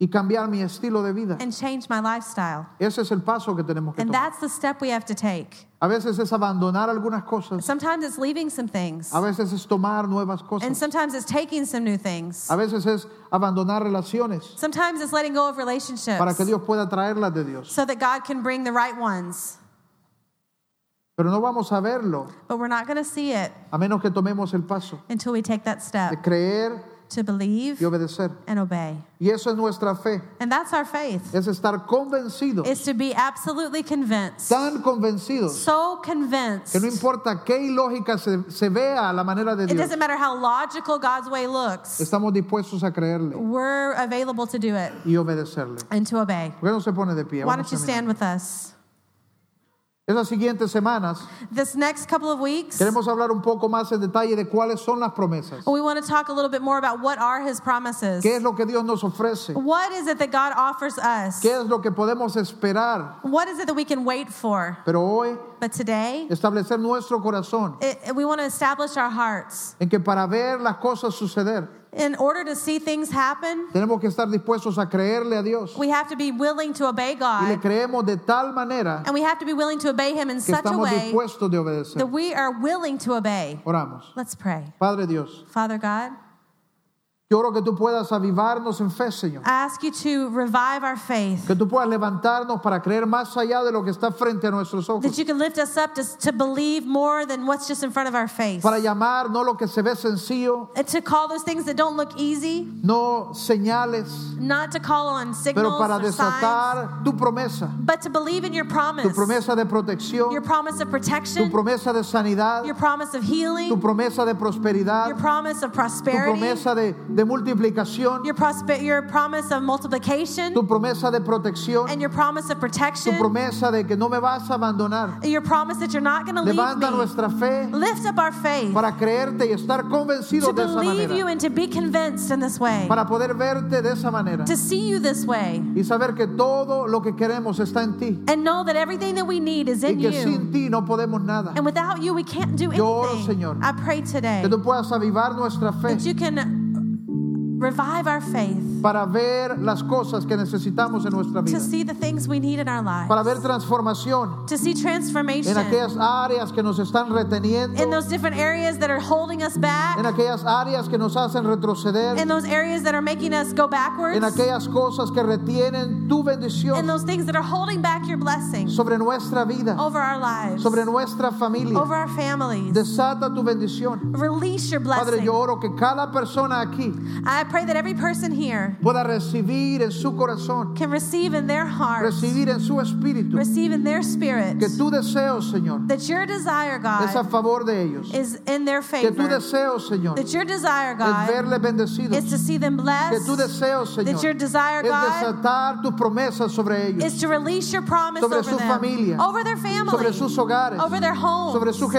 Speaker 1: y cambiar mi estilo de vida.
Speaker 2: and change my lifestyle.
Speaker 1: Ese es el paso que tenemos que
Speaker 2: And
Speaker 1: tomar.
Speaker 2: that's the step we have to take.
Speaker 1: A veces es abandonar algunas cosas,
Speaker 2: Sometimes it's leaving some things.
Speaker 1: a veces es tomar nuevas
Speaker 2: And
Speaker 1: cosas,
Speaker 2: sometimes it's taking some new things.
Speaker 1: a veces es abandonar relaciones
Speaker 2: Sometimes it's letting go of relationships
Speaker 1: para que Dios pueda traerlas de Dios.
Speaker 2: so that God can bring the right ones.
Speaker 1: Pero no vamos a verlo
Speaker 2: But we're not going to see it
Speaker 1: a menos que tomemos el paso
Speaker 2: until we take that step
Speaker 1: de creer
Speaker 2: to believe
Speaker 1: y obedecer.
Speaker 2: and obey.
Speaker 1: Y eso es nuestra fe,
Speaker 2: And that's our faith.
Speaker 1: es estar convencidos,
Speaker 2: Is to be absolutely convinced.
Speaker 1: tan convencidos
Speaker 2: So convinced.
Speaker 1: que no importa qué ilógica se, se vea a la manera de
Speaker 2: It
Speaker 1: Dios,
Speaker 2: doesn't matter how logical God's way looks.
Speaker 1: estamos dispuestos a creerle
Speaker 2: We're available to do it
Speaker 1: y obedecerle.
Speaker 2: and to obey.
Speaker 1: ¿Por qué no se pone de pie?
Speaker 2: Why
Speaker 1: Vamos
Speaker 2: don't you
Speaker 1: a terminar.
Speaker 2: stand with us?
Speaker 1: Esas siguientes semanas
Speaker 2: This next couple of weeks,
Speaker 1: Queremos hablar un poco más en detalle de cuáles son las promesas.
Speaker 2: we want to talk a little bit more about what are his promises.
Speaker 1: ¿Qué es lo que Dios nos ofrece?
Speaker 2: What is it that God offers us?
Speaker 1: ¿Qué es lo que podemos esperar?
Speaker 2: What is it that we can wait for?
Speaker 1: Pero hoy
Speaker 2: But today,
Speaker 1: establecer nuestro corazón
Speaker 2: it, we want to establish our hearts.
Speaker 1: en que para ver las cosas suceder
Speaker 2: In order to see things happen,
Speaker 1: tenemos que estar dispuestos a creerle a Dios
Speaker 2: we have to be willing to obey
Speaker 1: y le
Speaker 2: God,
Speaker 1: creemos de tal manera
Speaker 2: and we have to be willing to obey Him in
Speaker 1: que
Speaker 2: such a
Speaker 1: estamos
Speaker 2: way
Speaker 1: dispuestos de
Speaker 2: that
Speaker 1: obedecer.
Speaker 2: we are willing to obey.
Speaker 1: Oramos.
Speaker 2: Let's pray.
Speaker 1: Padre Dios,
Speaker 2: Father God,
Speaker 1: yo oro que tú puedas avivarnos en fe, Señor.
Speaker 2: I ask you to revive our faith,
Speaker 1: Que tú puedas levantarnos para creer más allá de lo que está frente a nuestros
Speaker 2: that
Speaker 1: ojos.
Speaker 2: you can lift us up to, to believe more than what's just in front of our face,
Speaker 1: Para llamar no lo que se ve sencillo,
Speaker 2: and to call those things that don't look easy,
Speaker 1: no señales,
Speaker 2: not to call on
Speaker 1: pero
Speaker 2: signals
Speaker 1: para
Speaker 2: or signs,
Speaker 1: desatar tu promesa,
Speaker 2: but to believe in your
Speaker 1: tu
Speaker 2: promise,
Speaker 1: promesa de protección,
Speaker 2: your promise of
Speaker 1: tu
Speaker 2: protection,
Speaker 1: promesa de sanidad,
Speaker 2: your promise of healing,
Speaker 1: tu promesa de
Speaker 2: your
Speaker 1: prosperidad,
Speaker 2: promise of
Speaker 1: tu
Speaker 2: prosperity,
Speaker 1: promesa de, de multiplicación,
Speaker 2: your, prospe- your promise of multiplication,
Speaker 1: tu promesa de protección,
Speaker 2: and your promise of protection,
Speaker 1: tu promesa de que no me vas a abandonar.
Speaker 2: your promise that you're not going to leave
Speaker 1: Levanta
Speaker 2: me.
Speaker 1: nuestra fe
Speaker 2: Lift up our faith
Speaker 1: para creerte y estar
Speaker 2: to
Speaker 1: convencidos de esa
Speaker 2: believe you
Speaker 1: manera,
Speaker 2: and to be convinced in this way,
Speaker 1: para poder verte de esa manera
Speaker 2: to see you this way,
Speaker 1: y saber que todo lo que queremos está en ti
Speaker 2: and know that everything that we need is
Speaker 1: y
Speaker 2: in
Speaker 1: que
Speaker 2: you.
Speaker 1: sin ti no podemos nada.
Speaker 2: And without you, we can't do
Speaker 1: Yo oro,
Speaker 2: anything.
Speaker 1: Señor,
Speaker 2: I pray today
Speaker 1: Que tú puedas avivar nuestra fe
Speaker 2: that you can Revive our faith
Speaker 1: para ver las cosas que necesitamos en nuestra vida,
Speaker 2: to see the things we need in our
Speaker 1: para
Speaker 2: lives,
Speaker 1: ver transformación
Speaker 2: to see transformation
Speaker 1: en aquellas áreas que nos están reteniendo,
Speaker 2: in those different areas that are holding us
Speaker 1: en
Speaker 2: back,
Speaker 1: aquellas áreas que nos hacen retroceder,
Speaker 2: in those areas that are making us go
Speaker 1: en
Speaker 2: backwards,
Speaker 1: aquellas cosas que retienen tu
Speaker 2: in
Speaker 1: bendición
Speaker 2: those things that are holding back your blessing
Speaker 1: sobre nuestra vida,
Speaker 2: over our lives,
Speaker 1: sobre nuestra familia.
Speaker 2: over our families.
Speaker 1: Desata tu bendición.
Speaker 2: Release your
Speaker 1: Padre,
Speaker 2: blessing.
Speaker 1: yo oro que cada persona aquí
Speaker 2: I pray that every person here
Speaker 1: pueda recibir en su corazón,
Speaker 2: can receive in their heart,
Speaker 1: recibir en su espíritu,
Speaker 2: receive in their spirit,
Speaker 1: que tu deseo, Señor,
Speaker 2: that your desire,
Speaker 1: es a
Speaker 2: God,
Speaker 1: favor de ellos.
Speaker 2: is in their
Speaker 1: Que tu
Speaker 2: favor.
Speaker 1: deseo, Señor,
Speaker 2: That your desire,
Speaker 1: es
Speaker 2: God,
Speaker 1: verles bendecidos.
Speaker 2: is to see them
Speaker 1: Que tu
Speaker 2: blessed.
Speaker 1: deseo,
Speaker 2: That your
Speaker 1: Señor,
Speaker 2: desire,
Speaker 1: es
Speaker 2: God,
Speaker 1: desatar tus promesas sobre ellos,
Speaker 2: is to release your promise
Speaker 1: Sobre
Speaker 2: over
Speaker 1: su
Speaker 2: them,
Speaker 1: familia.
Speaker 2: over their family,
Speaker 1: sobre sus hogares,
Speaker 2: over their homes,
Speaker 1: sobre sus
Speaker 2: over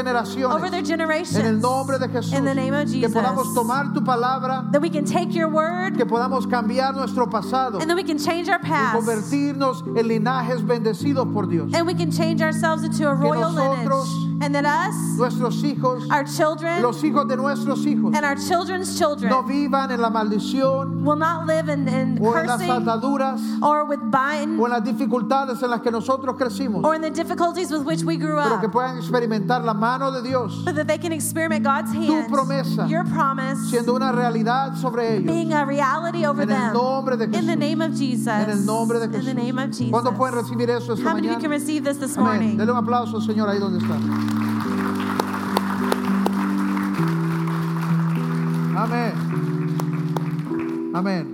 Speaker 2: their
Speaker 1: generaciones.
Speaker 2: generations.
Speaker 1: En el nombre de Jesús,
Speaker 2: In the name of
Speaker 1: que
Speaker 2: Jesus.
Speaker 1: podamos tomar tu palabra,
Speaker 2: that we can take your word
Speaker 1: que podamos cambiar nuestro pasado
Speaker 2: and then we can change our
Speaker 1: y
Speaker 2: past
Speaker 1: convertirnos en linajes bendecidos por Dios.
Speaker 2: and we can change ourselves into a royal
Speaker 1: nosotros-
Speaker 2: lineage. And that us,
Speaker 1: Nuestros hijos,
Speaker 2: our children,
Speaker 1: los hijos de nuestros hijos,
Speaker 2: and our children's children
Speaker 1: no vivan en la maldición
Speaker 2: will not live in, in
Speaker 1: o en las
Speaker 2: cursing
Speaker 1: ataduras
Speaker 2: or with bind
Speaker 1: o en las dificultades en las que nosotros crecimos,
Speaker 2: or in the difficulties with which we grew
Speaker 1: pero
Speaker 2: up,
Speaker 1: que puedan experimentar la mano de Dios
Speaker 2: so that they can experiment God's hand,
Speaker 1: promesa
Speaker 2: your promise,
Speaker 1: siendo una realidad sobre ellos.
Speaker 2: being a reality over
Speaker 1: En el
Speaker 2: them.
Speaker 1: nombre de
Speaker 2: in the
Speaker 1: Jesús.
Speaker 2: name of Jesus.
Speaker 1: En el nombre de
Speaker 2: In the
Speaker 1: Jesús.
Speaker 2: name of Jesus.
Speaker 1: ¿Cuándo pueden recibir eso esta
Speaker 2: How many of you can
Speaker 1: mañana?
Speaker 2: receive this this
Speaker 1: Amén.
Speaker 2: morning?
Speaker 1: Dele un aplauso, Señor, ahí donde está. Amén. Amén.